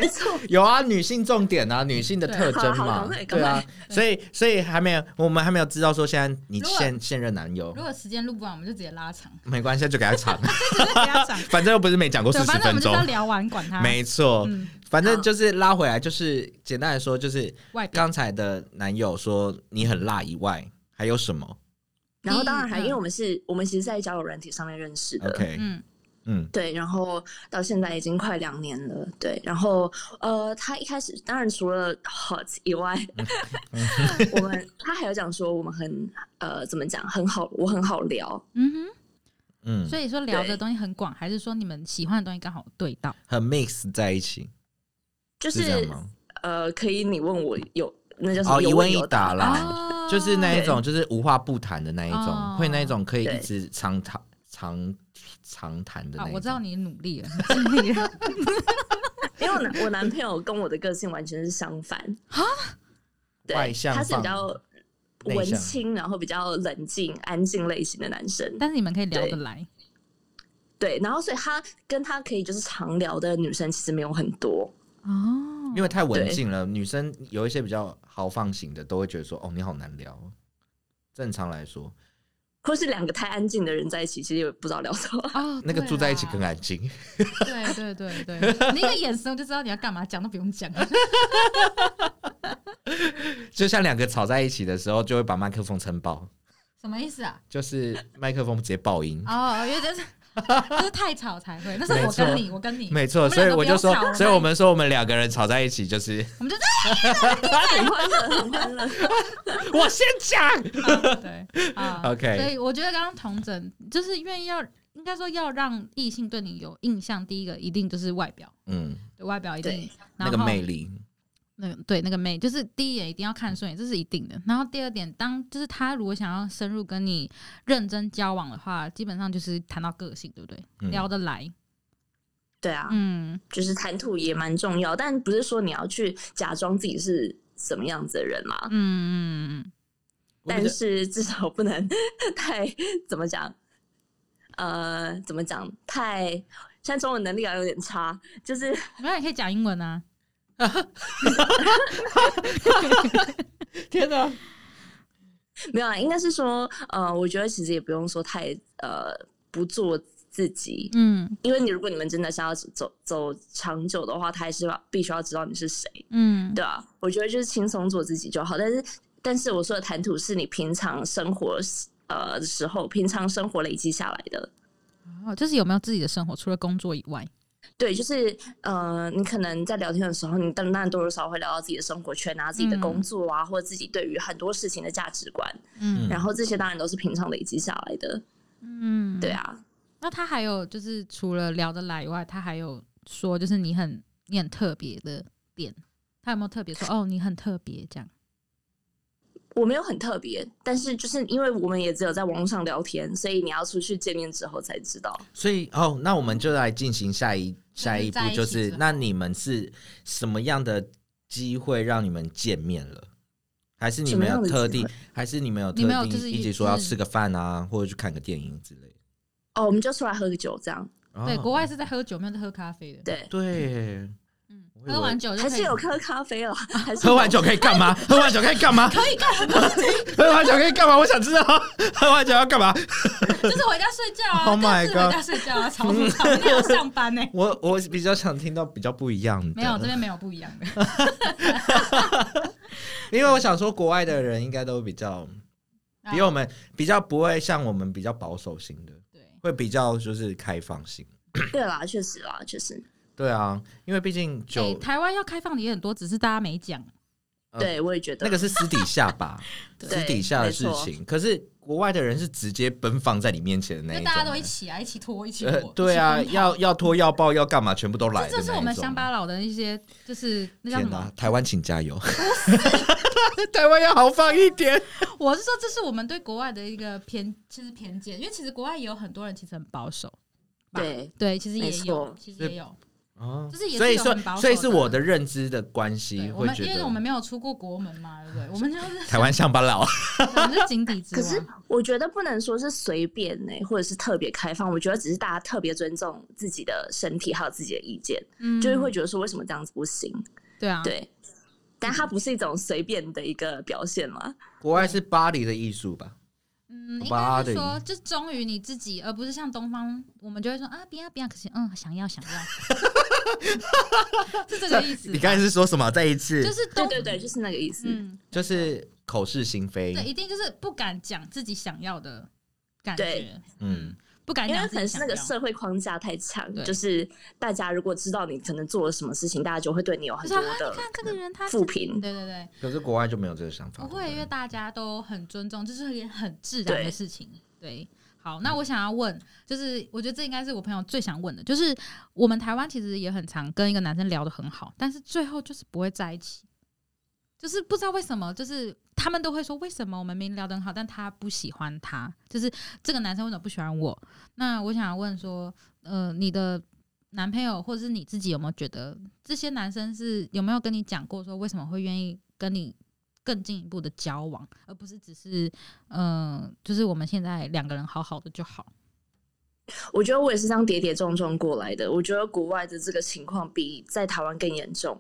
Speaker 3: 没错，
Speaker 2: 有啊，女性重点啊，女性的特征
Speaker 3: 好好
Speaker 2: 嘛
Speaker 3: 赶快，
Speaker 2: 对啊，所以所以还没有，我们还没有知道说现在你
Speaker 1: 如果
Speaker 2: 现现任男友
Speaker 1: 如果时间录不完，我们就直接拉 长，
Speaker 2: 没关系，就给他长，
Speaker 1: 直接给他讲。
Speaker 2: 反正又不是没讲过四
Speaker 1: 对，
Speaker 2: 十
Speaker 1: 反正我
Speaker 2: 分
Speaker 1: 们就是
Speaker 2: 钟
Speaker 1: 要，聊完，管他。
Speaker 2: 没错，
Speaker 1: 嗯，
Speaker 2: 反正就是拉回来，就是简单来说，就是
Speaker 1: 外表
Speaker 2: 刚才的男友说你很辣以外，还有什么
Speaker 3: 然后当然还
Speaker 1: 嗯
Speaker 3: 因为我们是我们其实，在交友软体上面认识的。
Speaker 2: ？OK，
Speaker 1: 嗯，
Speaker 2: 嗯，
Speaker 3: 对，然后到现在已经快两年了，对，然后呃，他一开始当然除了 hot 以 外，我们他还有讲说我们很呃怎么讲很好，我很好聊，
Speaker 1: 嗯
Speaker 2: 嗯
Speaker 1: 哼，所以说聊的东西很广，还是说你们喜欢的东西刚好对到？
Speaker 2: 很 mix 在一起，
Speaker 3: 就是
Speaker 2: 这样吗？
Speaker 3: 呃，可以你问我有那叫什
Speaker 2: 哦，
Speaker 3: 么
Speaker 2: 一
Speaker 3: 有
Speaker 2: 问一
Speaker 3: 有
Speaker 2: 答啦，
Speaker 1: 哦
Speaker 2: 就是那一种，就是无话不谈的那一种
Speaker 1: 哦，
Speaker 2: 会那一种可以
Speaker 3: 对
Speaker 2: 一直长谈长长谈的
Speaker 1: 啊
Speaker 2: 那一，种。
Speaker 1: 我知道你努力了，你尽力了。
Speaker 3: 因为我男我男朋友跟我的个性完全是相反对，
Speaker 2: 外向
Speaker 3: 他是
Speaker 2: 放
Speaker 3: 比较
Speaker 2: 内
Speaker 3: 文
Speaker 2: 向
Speaker 3: 青，然后比较冷静、安静类型的男生。
Speaker 1: 但是你们可以聊得来，
Speaker 3: 对，然后所以他跟他可以就是常聊的女生其实没有很多。
Speaker 1: 哦，
Speaker 2: 因为太文
Speaker 3: 对
Speaker 2: 静了，女生有一些比较豪放型的，都会觉得说，哦，你好难聊哦。正常来说，
Speaker 3: 或是两个太安静的人在一起，其实也不知道聊什 么。
Speaker 1: 哦，
Speaker 2: 那个
Speaker 1: 对
Speaker 2: 住在一起
Speaker 1: 啦
Speaker 2: 更安静。
Speaker 1: 对对对对，你一个眼神我就知道你要干嘛，讲都不用讲。
Speaker 2: 就像两个吵在一起的时候，就会把麦克风撑爆，
Speaker 1: 什么意思啊？
Speaker 2: 就是麦克风直接爆音。
Speaker 1: 哦，因为 这是就是太吵才会。那是我跟你，我跟你，
Speaker 2: 没错，
Speaker 1: 我们
Speaker 2: 所以
Speaker 1: 两个
Speaker 2: 我就
Speaker 1: 不要
Speaker 2: 说
Speaker 1: 吵，
Speaker 2: 所以我们说我们两个人吵在一起就是
Speaker 1: 我们就
Speaker 3: 很欢乐， 很欢乐。
Speaker 2: 我先讲，
Speaker 1: 对啊
Speaker 2: OK
Speaker 1: 所以我觉得刚刚同整就是因为要应该说要让异性对你有印象，第一个一定就是外表，
Speaker 2: 嗯，
Speaker 1: 对外表一定
Speaker 3: 对，
Speaker 1: 然
Speaker 2: 那
Speaker 1: 后
Speaker 2: 个魅力，
Speaker 1: 那个对那个妹，就是第一眼一定要看顺眼，这是一定的。然后第二点，当就是他如果想要深入跟你认真交往的话，基本上就是谈到个性，对不对？
Speaker 2: 嗯
Speaker 1: 聊得来，
Speaker 3: 对啊，
Speaker 1: 嗯，
Speaker 3: 就是谈吐也蛮重要，但不是说你要去假装自己是什么样子的人嘛。
Speaker 1: 嗯嗯
Speaker 2: 我觉
Speaker 3: 但
Speaker 2: 得
Speaker 3: 是至少不能 太怎么讲，呃，怎么讲太。现在中文能力啊有点差，就是
Speaker 1: 嗯，没有，你可以讲英文啊。
Speaker 2: 天哪，
Speaker 3: 没有啊，应该是说，呃，我觉得其实也不用说太呃不做自己，
Speaker 1: 嗯
Speaker 3: 因为你如果你们真的想要走走走长久的话，他还是要必须要知道你是谁，
Speaker 1: 嗯，
Speaker 3: 对啊，我觉得就是轻松做自己就好。但是，但是我说的谈吐是你平常生活时呃的时候，平常生活累积下来的。
Speaker 1: 哦，就是有没有自己的生活，除了工作以外，
Speaker 3: 对，就是呃，你可能在聊天的时候，你当然多多少少会聊到自己的生活圈啊、自己的工
Speaker 1: 嗯
Speaker 3: 作啊，或者自己对于很多事情的价值观，
Speaker 1: 嗯
Speaker 3: 然后这些当然都是平常累积下来的。
Speaker 1: 嗯，
Speaker 3: 对。啊，
Speaker 1: 那他还有就是除了聊得来以外，他还有说就是你很你很特别的点，他有没有特别说哦你很特别这样？
Speaker 3: 我没有很特别，但是就是因为我们也只有在网络上聊天，所以你要出去见面之后才知道。
Speaker 2: 所以哦，那我们就来进行下一下一步
Speaker 1: 在一，起
Speaker 2: 就
Speaker 1: 之
Speaker 2: 是
Speaker 1: 后
Speaker 2: 那你们是什么样的机会让你们见面了？还是你们有特
Speaker 3: 什么样
Speaker 2: 地
Speaker 3: 的机，
Speaker 2: 还是你们有
Speaker 1: 你们有
Speaker 2: 特
Speaker 1: 就
Speaker 2: 地
Speaker 1: 是
Speaker 2: 一
Speaker 1: 就
Speaker 2: 起说要
Speaker 1: 是
Speaker 2: 吃个饭啊，或者去看个电影之类的？
Speaker 3: 哦，我们就出来喝个酒，这样
Speaker 2: 哦
Speaker 1: 对，国外是在喝酒，没有在喝咖啡的。，
Speaker 3: 对，
Speaker 2: 对，
Speaker 1: 嗯，
Speaker 2: 我以为
Speaker 1: 喝完酒就
Speaker 3: 还
Speaker 1: 可以
Speaker 3: 是有喝咖啡了，还是
Speaker 2: 喝完
Speaker 3: 有
Speaker 2: 酒可以干嘛？喝完酒可以干嘛？可以干嘛？喝完酒可以干嘛？我想知道，喝完酒要干嘛？
Speaker 1: 就是回家睡觉啊
Speaker 2: Oh my
Speaker 1: 各自回
Speaker 2: God
Speaker 1: 家睡觉啊， 吵什么吵？人家要上班欸呢、
Speaker 2: 我我比较想听到比较不一样的，
Speaker 1: 没有，这边没有不一 样的。
Speaker 2: 因为我想说国外的人应该都比较
Speaker 1: 啊
Speaker 2: 比我们比较不会像我们比较保守型的，
Speaker 1: 对，
Speaker 2: 会比较就是开放型。
Speaker 3: 对啦，确实啦，确实，
Speaker 2: 对啊，因为毕竟酒、
Speaker 1: 欸台湾要开放的也很多，只是大家没讲。
Speaker 2: 呃
Speaker 3: 对我也觉得
Speaker 2: 那个是私底下 吧，
Speaker 3: 对
Speaker 2: 私底下的事情。可是国外的人是直接奔放在你面前的那
Speaker 1: 因为
Speaker 2: 一种，
Speaker 1: 大家都一起啊，一起拖，一起
Speaker 2: 呃
Speaker 1: 火。，
Speaker 2: 对啊，
Speaker 1: 一起奔跑
Speaker 2: 要要拖要抱要干嘛，全部都来的
Speaker 1: 这
Speaker 2: 那
Speaker 1: 这
Speaker 2: 一种。
Speaker 1: 是我们乡巴佬的一些，就是那叫什
Speaker 2: 天
Speaker 1: 么？
Speaker 2: 台湾请加油！ 台湾要豪放一点。
Speaker 1: 我是说，这是我们对国外的一个偏，其实偏见，因为其实国外也有很多人其实很保守。吧
Speaker 3: 对
Speaker 1: 对，其实也
Speaker 3: 没
Speaker 1: 有
Speaker 3: 错，
Speaker 1: 其实也有。
Speaker 2: 哦
Speaker 1: 就是也是
Speaker 2: 所以
Speaker 1: 有
Speaker 2: 说
Speaker 1: 很保，守的
Speaker 2: 所以是我的认知的关系，
Speaker 1: 对，我
Speaker 2: 会
Speaker 1: 们
Speaker 2: 觉
Speaker 1: 因为
Speaker 2: 得
Speaker 1: 我们没有出过国门嘛，对不对？ 我们就是
Speaker 2: 台湾乡巴佬。
Speaker 1: 我们是井底之
Speaker 3: 可是
Speaker 1: 蛙。
Speaker 3: 我觉得不能说是随便呢、或者是特别开放。我觉得只是大家特别尊重自己的身体，还有自己的意见，
Speaker 1: 嗯
Speaker 3: 就是会觉得说为什么这样子不行？
Speaker 1: 对啊，
Speaker 3: 对，但它不是一种随便的一个表现嘛。
Speaker 2: 国外是巴黎的艺术吧？
Speaker 1: 嗯，应该是
Speaker 2: Body
Speaker 1: 说，就忠于你自己，而不是像东方，我们就会说啊，不要不要，可是嗯，想要 想要，是这个意思吧。
Speaker 2: 你刚才是说什么？再一次，
Speaker 1: 就是
Speaker 3: 对
Speaker 1: 东
Speaker 3: 对对，就是那个意思。
Speaker 1: 嗯，
Speaker 2: 就是口是心非
Speaker 1: 对，。一定就是不敢讲自己想要的感觉
Speaker 3: 对，
Speaker 2: 嗯，
Speaker 1: 不敢
Speaker 3: 因为
Speaker 1: 讲
Speaker 3: 可
Speaker 1: 自
Speaker 3: 能
Speaker 1: 己
Speaker 3: 是
Speaker 1: 想
Speaker 3: 那
Speaker 1: 要
Speaker 3: 个。社会框架太强，
Speaker 1: 对
Speaker 3: 就是大家如果知道你可能做了什么事情，大家就会对你有
Speaker 1: 就
Speaker 3: 很
Speaker 1: 说
Speaker 3: 多
Speaker 1: 啊，你
Speaker 3: 的
Speaker 1: 看这个人他是
Speaker 3: 负评。
Speaker 1: 对对对，
Speaker 2: 可是国外就没有这个想法。
Speaker 1: 不会，因为
Speaker 2: 对
Speaker 1: 大家都很尊重，这是一件很自然的
Speaker 3: 对
Speaker 1: 事情。对，好，那我想要问，就是我觉得这应该是我朋友最想问的，就是我们台湾其实也很常跟一个男生聊得很好，但是最后就是不会在一起，就是不知道为什么，就是他们都会说为什么我们明明聊得很好，但他不喜欢他，就是这个男生为什么不喜欢我？那我想要问说，呃，你的。男朋友或者是你自己有没有觉得这些男生是有没有跟你讲过说为什么会愿意跟你更进一步的交往，而不是只是嗯、呃就是我们现在两个人好好的就好。
Speaker 3: 我觉得我也是这样跌跌撞撞过来的。我觉得国外的这个情况比在台湾更严重，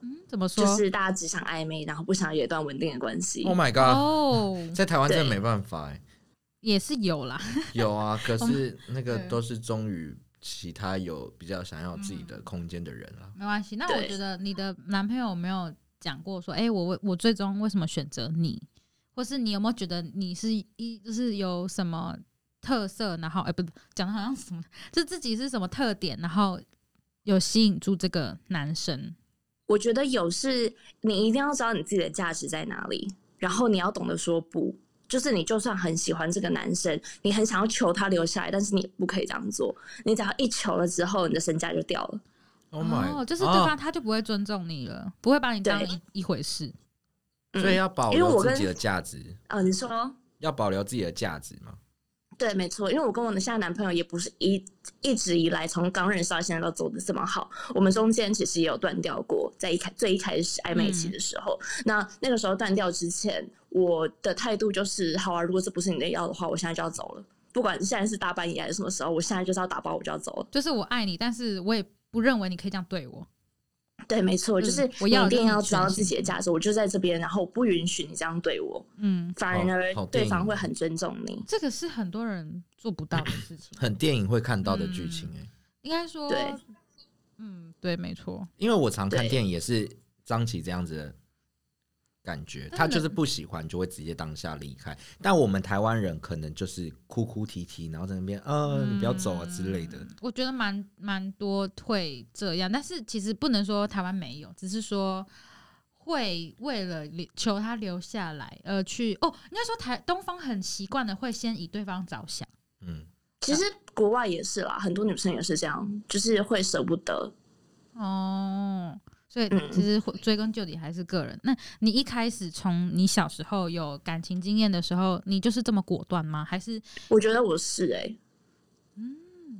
Speaker 1: 嗯，怎么说？
Speaker 3: 就是大家只想暧昧，然后不想有一段稳定的关系。
Speaker 2: Oh my god，
Speaker 1: 哦，
Speaker 2: 在台湾真的
Speaker 3: 对
Speaker 2: 没办法哎。
Speaker 1: 也是有啦。
Speaker 2: 有啊，可是那个
Speaker 1: 对
Speaker 2: 都是忠于其他有比较想要自己
Speaker 1: 嗯
Speaker 2: 的空间的人啦。
Speaker 1: 没关系。那我
Speaker 3: 对
Speaker 1: 觉得你的男朋友有没有讲过说，哎、我我我最终为什么选择你，或是你有没有觉得你是一就是有什么特色，然后哎、不是讲的好像什么，就自己是什么特点，然后有吸引住这个男生。
Speaker 3: 我觉得有是，你一定要知道你自己的价值在哪里，然后你要懂得说不。就是你就算很喜欢这个男生，你很想要求他留下来，但是你不可以这样做。你只要一求了之后，你的身价就掉了。
Speaker 2: Oh my，
Speaker 1: 哦，就是对
Speaker 2: 哦
Speaker 1: 方他就不会尊重你了，不会把你当
Speaker 3: 对
Speaker 1: 一一回事。
Speaker 3: 嗯
Speaker 2: 所以要保
Speaker 3: 因为
Speaker 2: 留
Speaker 3: 我
Speaker 2: 自
Speaker 3: 跟
Speaker 2: 己的价值，
Speaker 3: 啊、你说
Speaker 2: 要保留自己的价值嘛。
Speaker 3: 对，没错，因为我跟我的现在男朋友也不是一一直以来从刚认识到现在都走的这么好，我们中间其实也有断掉过，在一开最一开始暧昧期的时候，那那个时候断掉之前，我的态度就是，好啊，如果这不是你的要的话，我现在就要走了，不管现在是大半夜还是什么时候，我现在就是要打包，我就要走了。
Speaker 1: 就是我爱你，但是我也不认为你可以这样对我。
Speaker 3: 对，没错，
Speaker 1: 嗯
Speaker 3: 就是
Speaker 1: 我
Speaker 3: 你
Speaker 1: 要
Speaker 3: 一定
Speaker 1: 让
Speaker 3: 要
Speaker 1: 你
Speaker 3: 知道
Speaker 1: 全
Speaker 3: 自己的价值，我就在这边，然后我不允许你这样对我，
Speaker 1: 嗯，
Speaker 3: 反而
Speaker 2: 好好电
Speaker 3: 对
Speaker 2: 影。
Speaker 3: 方会很尊重你。
Speaker 1: 这个是很多人做不到的事情
Speaker 2: 很电影会看到的剧
Speaker 1: 嗯
Speaker 2: 情哎、
Speaker 1: 应该说，
Speaker 3: 对
Speaker 1: 嗯，对，没错。
Speaker 2: 因为我常看
Speaker 3: 对
Speaker 2: 电影也是张琪这样子的感觉，
Speaker 1: 但
Speaker 2: 他
Speaker 1: 是
Speaker 2: 就是不喜欢就会直接当下离开。但我们台湾人可能就是哭哭啼啼，然后在那边，呃，你不要走啊
Speaker 1: 嗯
Speaker 2: 之类的。
Speaker 1: 我觉得蛮蛮多会这样，但是其实不能说台湾没有，只是说会为了留求他留下来而去哦，应该说台东方很习惯的会先以对方着想，
Speaker 2: 嗯，
Speaker 3: 其实国外也是啦，很多女生也是这样，就是会舍不得。
Speaker 1: 哦，所以
Speaker 3: 嗯
Speaker 1: 其实回追根究底还是个人。那你一开始从你小时候有感情经验的时候，你就是这么果断吗？还是
Speaker 3: 我觉得我是哎、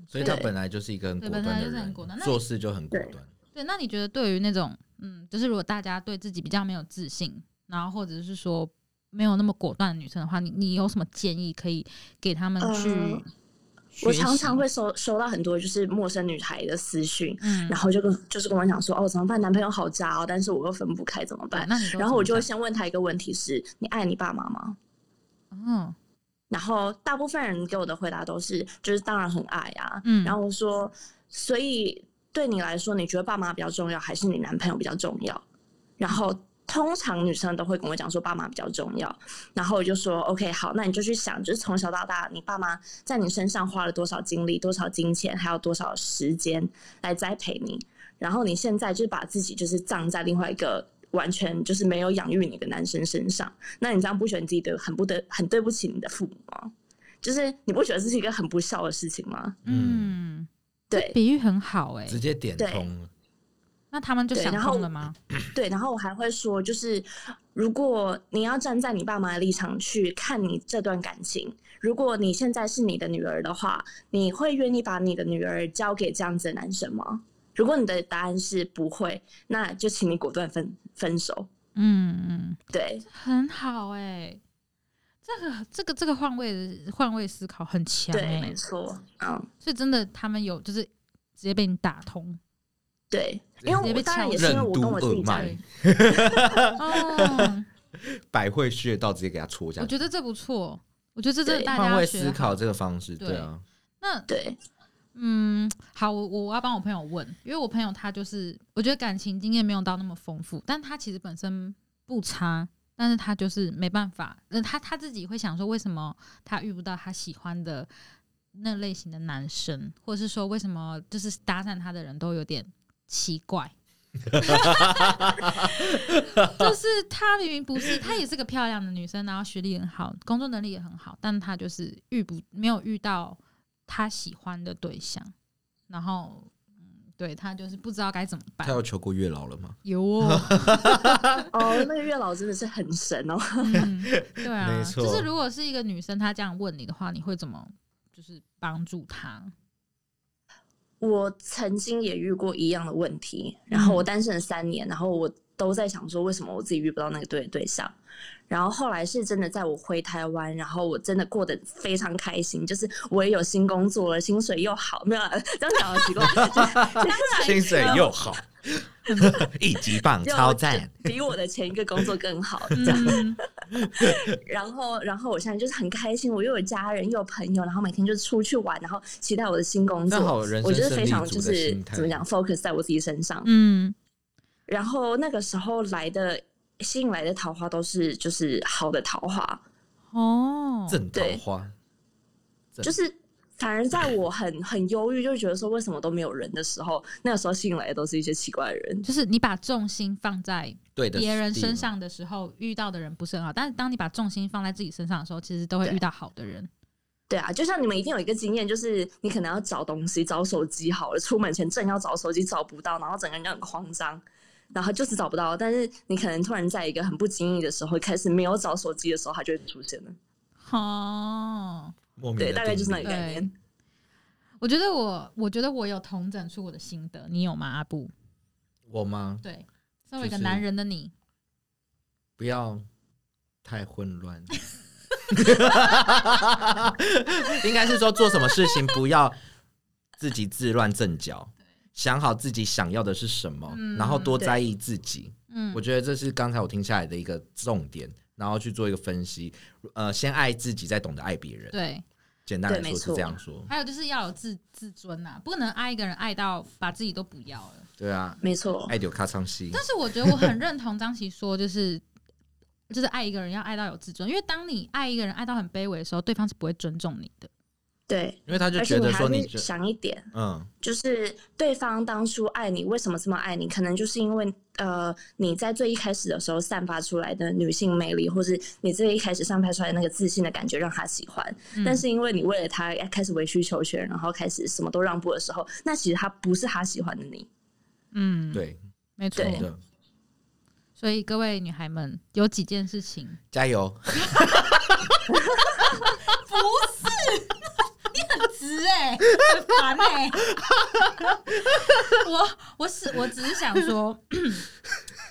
Speaker 2: 所以他
Speaker 3: 对
Speaker 2: 本来就是一个很
Speaker 1: 对
Speaker 2: 果断
Speaker 1: 本来
Speaker 2: 的
Speaker 1: 就是很
Speaker 2: 人
Speaker 1: 果断，那你
Speaker 2: 做事就很果
Speaker 3: 对
Speaker 2: 断。
Speaker 1: 对？那你觉得对于那种嗯，就是如果大家对自己比较没有自信，然后或者是说没有那么果断的女生的话，你你有什么建议可以给他们去、
Speaker 3: 呃我常常，会收收到很多就是陌生女孩的私讯，
Speaker 1: 嗯，
Speaker 3: 然后就跟就是跟我讲说哦怎么办，男朋友好渣哦，但是我又分不开怎么办？
Speaker 1: 那你都
Speaker 3: 然后我
Speaker 1: 嗯怎
Speaker 3: 就
Speaker 1: 么
Speaker 3: 会先问他一个问题是：你爱你爸妈吗？
Speaker 1: 讲嗯
Speaker 3: 然后大部分人给我的回答都是就是当然很爱啊，
Speaker 1: 嗯
Speaker 3: 然后我说所以对你来说，你觉得爸妈比较重要，还是你男朋友比较重要？然后通常女生都会跟我讲说爸妈比较重要，然后我就说 OK 好，那你就去想，就是从小到大你爸妈在你身上花了多少精力、多少金钱，还有多少时间来栽培你，然后你现在就是把自己就是葬在另外一个。完全就是没有养育你的男生身上，那你这样不觉得你自己对很不得很对不起你的父母吗？就是你不觉得这是一个很不孝的事情吗？
Speaker 1: 嗯，
Speaker 3: 对，
Speaker 1: 比喻很好哎、
Speaker 2: 直接点
Speaker 3: 对
Speaker 2: 通了，
Speaker 1: 那他们就
Speaker 3: 对
Speaker 1: 想
Speaker 3: 然后
Speaker 1: 通了吗？
Speaker 3: 对，然后我还会说，就是如果你要站在你爸妈的立场去看你这段感情，如果你现在是你的女儿的话，你会愿意把你的女儿交给这样子的男生吗？如果你的答案是不会，那就请你果断分分手。
Speaker 1: 嗯嗯，
Speaker 3: 对，
Speaker 1: 很好哎、这个这个这个换位换位思考很强
Speaker 3: 对，
Speaker 1: 哎、
Speaker 3: 没错，嗯，
Speaker 1: 所以真的他们有就是直接被你打通
Speaker 3: 对，
Speaker 1: 直
Speaker 3: 因
Speaker 1: 接
Speaker 3: 为
Speaker 1: 被
Speaker 3: 我当然
Speaker 1: 撬
Speaker 3: 也是因为
Speaker 2: 任
Speaker 3: 我
Speaker 2: 督
Speaker 3: 跟我自
Speaker 2: 二
Speaker 3: 己家
Speaker 2: 脉
Speaker 3: 人，
Speaker 1: 哦，
Speaker 2: 百会穴道直接给他戳下
Speaker 1: 我
Speaker 2: 去。
Speaker 1: 觉得这不错，我觉得这真的
Speaker 3: 对
Speaker 1: 大家
Speaker 2: 换位
Speaker 1: 要学
Speaker 2: 思
Speaker 1: 好
Speaker 2: 考这个方式，
Speaker 1: 对
Speaker 2: 对啊，
Speaker 1: 那
Speaker 3: 对，
Speaker 1: 嗯，好，我我要帮我朋友问，因为我朋友他就是我觉得感情经验没有到那么丰富，但他其实本身不差。但是他就是没办法，呃，他他自己会想说，为什么他遇不到他喜欢的那类型的男生，或者是说为什么就是搭讪他的人都有点奇怪， 就是她明明不是，她也是个漂亮的女生，然后学历很好，工作能力也很好，但她就是遇不没有遇到她喜欢的对象，然后嗯，对她就是不知道该怎么办
Speaker 2: 他。有求过月老了吗？
Speaker 1: 有哦，
Speaker 3: 哦，那个月老真的是很神哦。
Speaker 1: 嗯对啊，
Speaker 2: 没错
Speaker 1: 就是如果是一个女生，她这样问你的话，你会怎么就是帮助她？
Speaker 3: 我曾经也遇过一样的问题，然后我
Speaker 2: 嗯
Speaker 3: 单身了三年，然后我都在想说，为什么我自己遇不到那个对的对象？然后后来是真的，在我回台湾，然后我真的过得非常开心，就是我也有新工作了，薪水又好，没有啊这样讲好 奇怪，就是
Speaker 1: 哎
Speaker 2: 薪水又 好， 一级棒，
Speaker 3: 就
Speaker 2: 超赞。
Speaker 3: 比我的前一个工作 更好，这样。
Speaker 1: 嗯，
Speaker 3: 然后，然后我现在就是很开心，我又有家人，又有朋友，然后每天就出去玩，然后期待我的新工作
Speaker 2: 那好人。生
Speaker 3: 我就是非常
Speaker 2: 胜利
Speaker 3: 就
Speaker 2: 组的
Speaker 3: 是
Speaker 2: 心态
Speaker 3: 怎么讲，focus 在我自己身上。
Speaker 1: 嗯，
Speaker 3: 然后那个时候来的吸引来的桃花都是就是好的桃花，
Speaker 1: 哦，
Speaker 2: 正桃
Speaker 3: 对
Speaker 2: 花，对
Speaker 3: 就是反而在我很很忧郁，就觉得说为什么都没有人的时候，那个时候吸引来的都是一些奇怪的人。
Speaker 1: 就是你把重心放在
Speaker 2: 对的，
Speaker 1: 别人身，上的时候，遇到的人不是很好，但是当你把重心放在自己身上的时候，其实都会
Speaker 3: 对
Speaker 1: 遇到好的人。
Speaker 3: 对啊，就像你们一定有一个经验，就是你可能要找东西，找手机好了，出门前正要找手机找不到，然后整个人就很慌张。然后就是找不到，但是你可能突然在一个很不经意的时候，开始没有找手机的时候，它就会出现了。
Speaker 1: 哦，
Speaker 2: 莫名的
Speaker 3: 对，大概就是那
Speaker 2: 定
Speaker 3: 个
Speaker 2: 力
Speaker 3: 概念。
Speaker 1: 我觉得我，我觉得我有同整出我的心得，你有吗？阿布，
Speaker 2: 我吗？
Speaker 1: 对，身为一
Speaker 2: 就
Speaker 1: 个
Speaker 2: 是
Speaker 1: 男人的你，
Speaker 2: 不要太混乱。 应该是说做什么事情不要自己自乱阵脚，想好自己想要的是什么，
Speaker 1: 嗯
Speaker 2: 然后多在意自己。
Speaker 1: 嗯
Speaker 2: 我，觉得这是刚才我听下来的一个重点，然后去做一个分析。呃，先爱自己，再懂得爱别人。
Speaker 1: 对，
Speaker 2: 简单来
Speaker 3: 对
Speaker 2: 说
Speaker 3: 没
Speaker 2: 是
Speaker 3: 错
Speaker 2: 这样说。
Speaker 1: 还有就是要有自自尊呐、不能爱一个人爱到把自己都不要了。
Speaker 2: 对啊，
Speaker 3: 没错，
Speaker 2: 爱丢卡唱戏。
Speaker 1: 但是我觉得我很认同张琪说，就是 就是爱一个人要爱到有自尊，因为当你爱一个人爱到很卑微的时候，对方是不会尊重你的。
Speaker 3: 对，
Speaker 2: 因为他就
Speaker 3: 而
Speaker 2: 觉
Speaker 3: 且你
Speaker 2: 得
Speaker 3: 还
Speaker 2: 说你
Speaker 3: 会
Speaker 2: 就
Speaker 3: 想一点，
Speaker 2: 嗯，
Speaker 3: 就是对方当初爱你，为什么这么爱你？可能就是因为呃，你在最一开始的时候散发出来的女性魅力，或是你最一开始散发出来的那个自信的感觉，让他喜欢。
Speaker 1: 嗯
Speaker 3: 但是因为你为了他开始委曲求全，然后开始什么都让步的时候，那其实他不是他喜欢的你。
Speaker 1: 嗯，，
Speaker 2: 对，
Speaker 1: 没错。
Speaker 3: 对
Speaker 2: 真的
Speaker 1: 所以各位女孩们，有几件事情
Speaker 2: 加油。
Speaker 1: 不是，你很直哎、很烦哎、我我是我只是想说，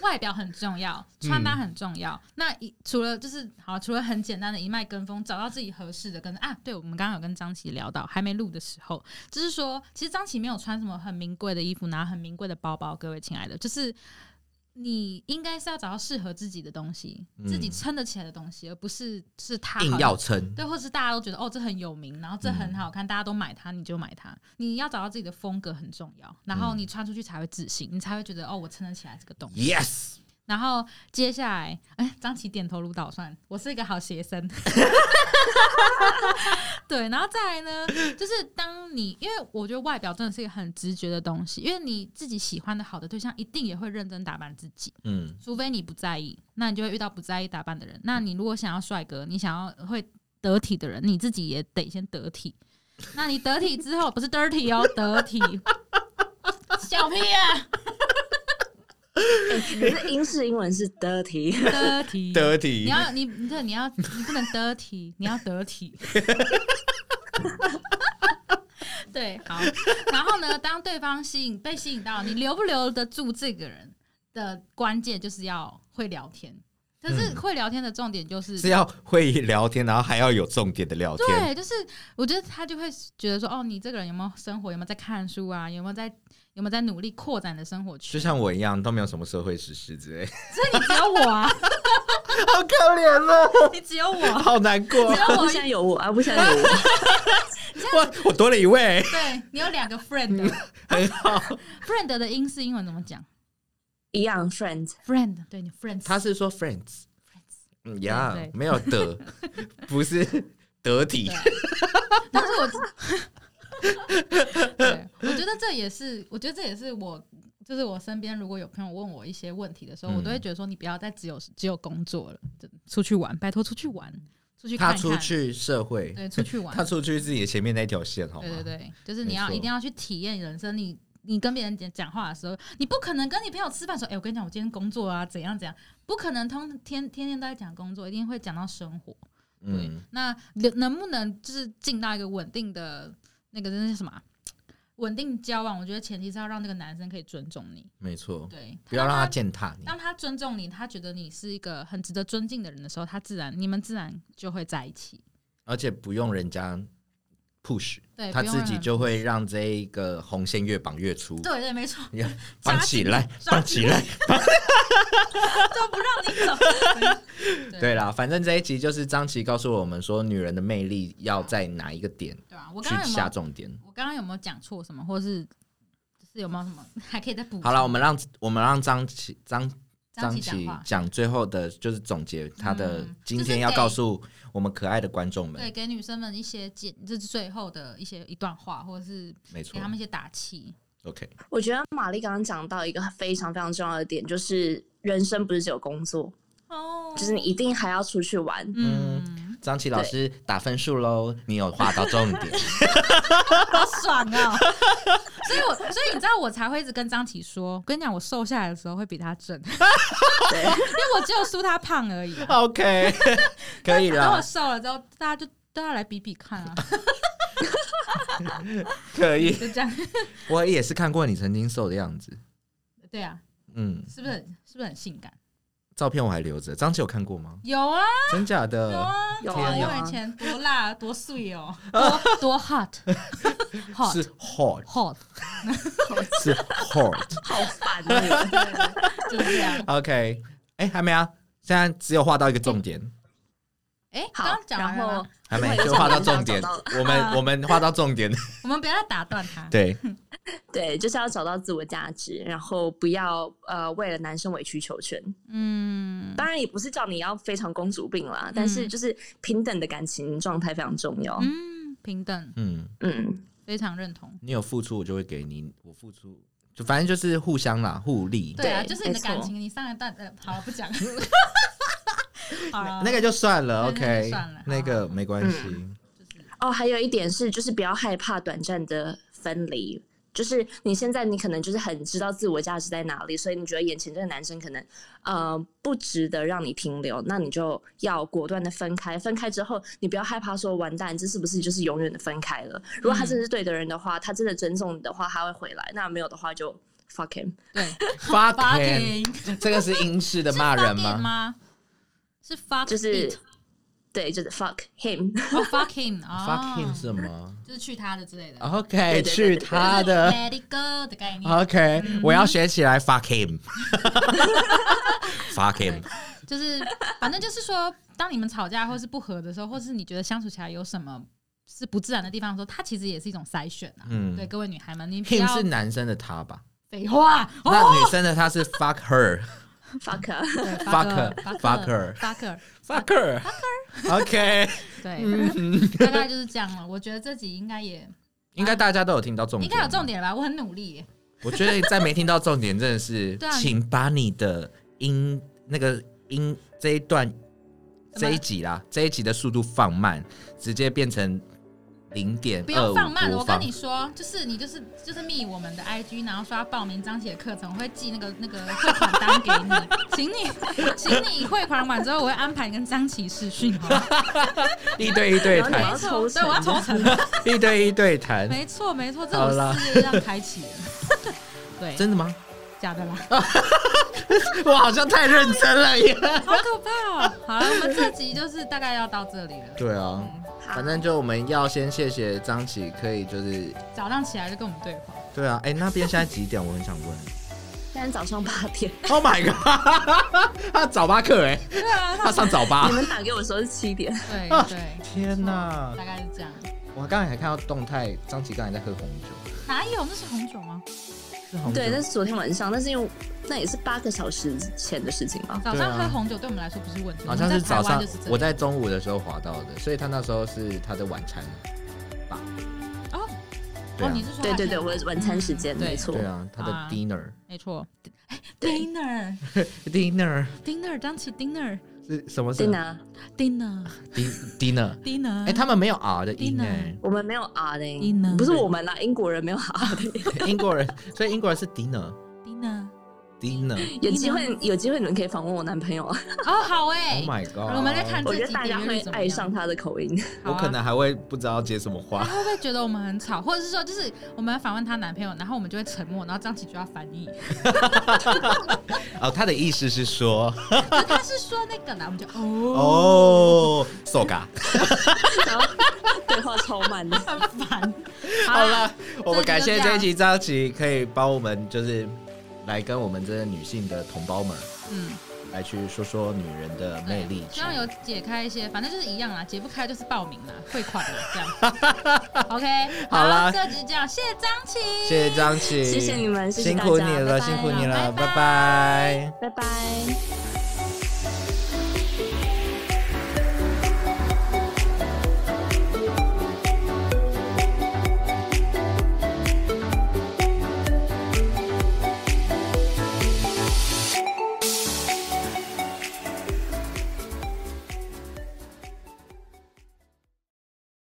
Speaker 1: 外表很重要，穿搭很重要。那一除了就是好，除了很简单的一脉跟风，找到自己合适的跟啊，对我们刚刚有跟张琪聊到，还没录的时候，就是说，其实张琪没有穿什么很名贵的衣服，拿很名贵的包包，各位亲爱的，就是。你应该是要找到适合自己的东西，自己
Speaker 2: 嗯
Speaker 1: 撑得起来的东西，而不是是他好
Speaker 2: 硬
Speaker 1: 像
Speaker 2: 要撑，
Speaker 1: 对，或是大家都觉得哦，这很有名，然后这很好看，大家都买它，你就买它。你要找到自己的风格很重要，然后你穿出去才会自信，你才会觉得哦，我撑得起来这个东西。
Speaker 2: Yes，
Speaker 1: 然后接下来，哎，张琪点头如捣蒜，我是一个好学生。 对，然后再来呢，就是当你因为我觉得外表真的是一个很直觉的东西，因为你自己喜欢的好的对象，一定也会认真打扮自己。
Speaker 2: 嗯，
Speaker 1: 除非你不在意，那你就会遇到不在意打扮的人。那你如果想要帅哥，你想要会得体的人，你自己也得先得体。那你得体之后，不是 dirty 哦，得 体。小屁啊
Speaker 2: 哎
Speaker 3: 可是英式英文是 dirty，
Speaker 1: ，dirty。
Speaker 2: 得体
Speaker 1: 你要你你对你要你不能 dirty，你要得 体。对，好。然后呢，当对方吸引被吸引到，你留不留得住这个人的关键就是要会聊天。可是
Speaker 2: 嗯
Speaker 1: 会聊天的重点就是
Speaker 2: 是要会聊天，然后还要有重点的聊天。
Speaker 1: 对，就是我觉得他就会觉得说，哦，你这个人有没有生活，有没有在看书啊，有没有在有没有在努力扩展你的生活
Speaker 2: 就
Speaker 1: 圈？
Speaker 2: 像我一样，都没有什么社会实施之类，
Speaker 1: 你只有我啊，
Speaker 2: 好可怜哦，
Speaker 1: 你只有我，
Speaker 2: 好难过
Speaker 1: 只。有
Speaker 3: 不
Speaker 1: 我，
Speaker 3: 想有我啊，不想有 我。
Speaker 2: 我我多了一位，
Speaker 1: 对你有两个 friend，
Speaker 2: 很好。
Speaker 1: friend 的英式英文怎么讲
Speaker 3: 一样，friend，
Speaker 1: ？friend，对你 friend，
Speaker 2: 他是说 friends，嗯呀
Speaker 1: 对对，
Speaker 2: 没有 得，不是得体
Speaker 1: 对。但是我， 对，我觉得这也是，我觉得这也是我，就是我身边如果有朋友问我一些问题的时候，我都
Speaker 2: 嗯
Speaker 1: 会觉得说，你不要再只有只有工作了，就出去玩，拜托出去玩，出去看
Speaker 2: 他
Speaker 1: 看，
Speaker 2: 出去社会，
Speaker 1: 对，出去玩，
Speaker 2: 他出去自己前面那条线，好吗？
Speaker 1: 对对对，就是你
Speaker 2: 没
Speaker 1: 要
Speaker 2: 错
Speaker 1: 一定要去体验人生。你你跟别人讲讲话的时候，你不可能跟你朋友吃饭说：“哎、我跟你讲，我今天工作啊，怎样怎样。”不可能通天天天都在讲工作，一定会讲到生活。对，
Speaker 2: 嗯，
Speaker 1: 那能能不能就是进到一个稳定的那个那是什么啊稳定交往？我觉得前提是要让那个男生可以尊重你，
Speaker 2: 没错，
Speaker 1: 对，
Speaker 2: 哦不要让他
Speaker 1: 他。
Speaker 2: 践踏你。
Speaker 1: 当他尊重你，他觉得你是一个很值得尊敬的人的时候，他自然你们自然就会在一起。
Speaker 2: 而且不用人家 push，
Speaker 1: 对，
Speaker 2: 他
Speaker 1: 不用
Speaker 2: 自己
Speaker 1: 让
Speaker 2: 就会让这一个红线越绑越粗。
Speaker 1: 对对，没错，
Speaker 2: 你看，绑起来，
Speaker 1: 抓
Speaker 2: 绑起来。
Speaker 1: 都不让你走。
Speaker 2: 对啦，反正这一集就是张琪告诉我们说，女人的魅力要在哪一个点
Speaker 1: 对啊，我
Speaker 2: 去
Speaker 1: 刚刚有没
Speaker 2: 下
Speaker 1: 有
Speaker 2: 重点。
Speaker 1: 我刚刚有没有讲错什么，或是就是有没有什么 还可以再补充？
Speaker 2: 好了，我们让我们让张琪张
Speaker 1: 张
Speaker 2: 张
Speaker 1: 琪
Speaker 2: 琪
Speaker 1: 讲话，
Speaker 2: 讲最后的，就是总结她的
Speaker 1: 嗯
Speaker 2: 今
Speaker 1: 就是
Speaker 2: 天要
Speaker 1: 给
Speaker 2: 告诉我们可爱的观众
Speaker 1: 对，
Speaker 2: 们，
Speaker 1: 给女生们一些建，就是最后的一些一段话，或者是给
Speaker 2: 没错
Speaker 1: 他们一些打气。
Speaker 2: ，OK，
Speaker 3: 我觉得玛丽刚刚讲到一个非常非常重要的点，就是人生不是只有工作，
Speaker 1: 哦
Speaker 3: 就是你一定还要出去玩。
Speaker 1: 嗯，
Speaker 2: 张琪老师打分数喽，你有划到重点，
Speaker 1: 好爽啊！ 所以我，所以你知道，我才会一直跟张琪说，我跟你讲，我瘦下来的时候会比他正，因
Speaker 3: 对，
Speaker 1: 为我只有输他胖而已啊、
Speaker 2: OK，可以
Speaker 1: 等我
Speaker 2: 了，
Speaker 1: 瘦了之后，大家就都要来比比看啊，
Speaker 2: 可以。
Speaker 1: 就这样。
Speaker 2: 我也是看过你曾经瘦的样子，
Speaker 1: 对啊，
Speaker 2: 嗯，
Speaker 1: 是不是很是不是很性感？
Speaker 2: 照片我还留着。张琪有看过吗？
Speaker 1: 有啊，
Speaker 2: 真假
Speaker 1: 有
Speaker 2: 的？
Speaker 1: 啊，
Speaker 3: 有
Speaker 2: 天
Speaker 3: 啊有
Speaker 1: 我以
Speaker 3: 啊，
Speaker 1: 前多辣多碎哦， 多多 hot hot
Speaker 2: 是 hot，
Speaker 1: hot，
Speaker 2: 是 hot。
Speaker 3: 好烦哦！
Speaker 1: 就是这样。
Speaker 2: OK，哎、还没啊，现在只有画到一个重点，
Speaker 1: 哎，
Speaker 3: 好
Speaker 1: 刚刚讲完了
Speaker 3: 然
Speaker 1: 吗
Speaker 3: 后？
Speaker 2: 还没
Speaker 3: 我也
Speaker 2: 就画到
Speaker 3: 想
Speaker 2: 重点
Speaker 3: 找到。
Speaker 2: 我们我们画到重点，
Speaker 1: 我们不要打断他。
Speaker 2: 对，
Speaker 3: 对，就是要找到自我价值，然后不要呃为了男生委曲求全。
Speaker 1: 嗯，
Speaker 3: 当然也不是叫你要非常公主病啦，但是就是平等的感情状态非常重要。
Speaker 1: 嗯，平等，
Speaker 2: 嗯，
Speaker 3: 嗯，
Speaker 1: 非常认同。
Speaker 2: 你有付出，我就会给你；我付出，就反正就是互相啦，互利。
Speaker 1: 对啊，
Speaker 3: 对
Speaker 1: 就是你的
Speaker 3: 没错
Speaker 1: 感情，你上一段呃，好了，不讲。 好了，
Speaker 2: 那个就算
Speaker 1: 那
Speaker 2: 了
Speaker 1: 那就
Speaker 2: ，OK，
Speaker 1: 算了
Speaker 2: 那个没关系。
Speaker 1: 就是
Speaker 3: 哦，还有一点是，就是不要害怕短暂的分离。就是你现在，你可能就是很知道自我价值在哪里，所以你觉得眼前这个男生可能，呃，不值得让你停留，那你就要果断的分开。分开之后，你不要害怕说完蛋，这是不是就是永远的分开了？如果他
Speaker 2: 嗯
Speaker 3: 真的是对的人的话，他真的尊重你的话，他会回来；那没有的话就 fuck him。
Speaker 1: 对
Speaker 2: Fucking，
Speaker 1: ，fucking
Speaker 2: 这个是英式的
Speaker 1: 是
Speaker 2: 骂人
Speaker 1: fucking
Speaker 2: 吗？
Speaker 1: 吗？是 fuck，
Speaker 3: 就是
Speaker 1: it
Speaker 3: 对，就是 fuck him。
Speaker 1: 哦 fuck him 哦啊
Speaker 2: Fucking 是吗
Speaker 1: 就是去他的之类的。
Speaker 2: ？OK，
Speaker 3: 对对对
Speaker 2: 去
Speaker 3: 对对
Speaker 2: 他
Speaker 1: 就是
Speaker 2: 的。
Speaker 1: let it go 的概念，
Speaker 2: OK，我要学起来。Fuck him，fuck him。
Speaker 1: 就是 反正就是说，当你们吵架或是不和的时候，或是你觉得相处起来有什么是不自然的地方的时候，它其实也是一种筛选啊。
Speaker 2: 嗯
Speaker 1: 对各位女孩们，你不
Speaker 2: him
Speaker 1: 要
Speaker 2: 是男生的他吧？
Speaker 1: 废话哦
Speaker 2: 那女生的她是 fuck her，fuck
Speaker 3: fuck，
Speaker 1: 对
Speaker 2: Fucker，
Speaker 1: fucker
Speaker 2: fucker
Speaker 1: fucker
Speaker 2: her，fucker。OK，嗯
Speaker 1: 对， 大概就是这样了。我觉得这集应该也
Speaker 2: 应该大家都有听到重
Speaker 1: 应
Speaker 2: 点，
Speaker 1: 该有重。点了吧？我很努力耶，
Speaker 2: 我觉得在没听到重点真的是
Speaker 1: 对啊，你
Speaker 2: 请把你的音那个音这一段
Speaker 1: 怎么
Speaker 2: 这一集啦，这一集的速度放慢，直接变成零点
Speaker 1: 不
Speaker 2: 二
Speaker 1: 用
Speaker 2: 五
Speaker 1: 放慢了。我
Speaker 2: 播
Speaker 1: 跟
Speaker 2: 放
Speaker 1: 你。说，就是你就是就是密我们的 IG，然后说要报名张姐课程，我会寄那个那个汇款单给你，请你请你汇款完之后，我会安排跟张琪视讯好吗？
Speaker 2: 一对一对
Speaker 3: 然后你
Speaker 2: 谈
Speaker 3: 要，抽
Speaker 1: 对，我要抽成。
Speaker 2: 一对一对谈，
Speaker 1: 没错没错，这
Speaker 2: 好啦
Speaker 1: 种事业要开 启了。对，
Speaker 2: 真的吗？
Speaker 1: 假 的啦，
Speaker 2: 我好像太认真了耶。
Speaker 1: 好可怕哦！好了，我们这集就是大概要到这里了。
Speaker 2: 对啊，反正就我们要先谢谢张琪，可以就是
Speaker 1: 早上起来就跟我们对 话，
Speaker 2: 对啊，哎、那边现在几点？我很想问。
Speaker 3: 现在早上八点，
Speaker 2: Oh my god！他 早八课哎、
Speaker 1: 对啊，
Speaker 2: 他上早八
Speaker 3: 你。们打给我的时候是七点。
Speaker 1: 对对，
Speaker 2: 天哪！
Speaker 1: 大概是这样。
Speaker 2: 我刚才还看到动态，张琪刚才在喝红酒，
Speaker 1: 哪有？那是红酒吗？
Speaker 2: 啊是红酒。
Speaker 3: 对，那是昨天晚上，但是因为那也是八个小时前的事情吧。
Speaker 1: 早上
Speaker 2: 对啊
Speaker 1: 喝红酒对我们来说不是问题，
Speaker 2: 好像
Speaker 1: 我
Speaker 2: 是
Speaker 1: 们在台
Speaker 2: 早
Speaker 1: 湾
Speaker 2: 上
Speaker 1: 就是这，样哦
Speaker 2: 我在中午的时候滑到的，所以他那时候是他的晚餐。
Speaker 1: 哦
Speaker 2: 对
Speaker 1: 哦，
Speaker 2: 啊
Speaker 1: 你，是说
Speaker 3: 对对对，
Speaker 1: 晚
Speaker 3: 我的晚餐时间
Speaker 1: 对
Speaker 3: 没错
Speaker 2: 对。啊，他的
Speaker 1: 啊
Speaker 2: dinner
Speaker 1: 没错
Speaker 3: 对
Speaker 1: ，dinner
Speaker 2: dinner
Speaker 1: dinner 张起 dinner
Speaker 2: 是什么事
Speaker 3: 对呢，
Speaker 1: dinner
Speaker 2: ？din- dinner，
Speaker 1: dinner，
Speaker 2: 哎、他们没有 r 的音
Speaker 1: Dinner
Speaker 2: 哎、
Speaker 3: 我们没有 R
Speaker 1: 你呢
Speaker 3: 的，不是我们啦，英国人没有啊 R 的。
Speaker 2: 哎英国人，所以英国人是 dinner
Speaker 1: dinner
Speaker 2: dinner。
Speaker 3: 有机会，有机会你们可以访问我男朋友啊，
Speaker 1: 哦好
Speaker 2: Oh
Speaker 1: 哎，
Speaker 2: my god！
Speaker 1: 我们在看
Speaker 3: 我
Speaker 1: 这
Speaker 3: 觉
Speaker 1: 集
Speaker 3: 得大
Speaker 1: 点
Speaker 3: 家
Speaker 1: 阅
Speaker 3: 会
Speaker 1: 率怎么
Speaker 3: 爱上
Speaker 1: 样，
Speaker 3: 他的口音。
Speaker 1: 好
Speaker 2: 我
Speaker 1: 啊
Speaker 2: 可能还会不知道接什么话
Speaker 1: 他。会不会觉得我们很吵，或者是说就是我们访问她男朋友，然后我们就会沉默，然后张起就要翻 译，
Speaker 2: 哦，他的意思是说，
Speaker 1: 就他是说那个啦，我们就哦
Speaker 2: 哦，soga。
Speaker 3: 然后对话超慢的，
Speaker 1: 很烦。
Speaker 2: 好了，
Speaker 1: 这集
Speaker 2: 我们
Speaker 1: 就
Speaker 2: 感谢
Speaker 1: 这
Speaker 2: 这
Speaker 1: 样
Speaker 2: 一集张琪，可以帮我们就是来跟我们这些女性的同胞们
Speaker 1: 嗯，
Speaker 2: 来去说说女人的魅力。
Speaker 1: 希望有解开一些，反正就是一样啦，解不开就是报名啦，汇款啦，这样。OK，
Speaker 2: 好啦
Speaker 1: 这集这样，谢谢张琪，
Speaker 2: 谢谢张琪，
Speaker 3: 谢谢你们谢谢
Speaker 2: 辛
Speaker 3: 大家
Speaker 2: 苦你了，
Speaker 3: 拜拜
Speaker 2: 辛苦你了，
Speaker 1: 拜拜
Speaker 2: 拜拜
Speaker 3: 拜拜。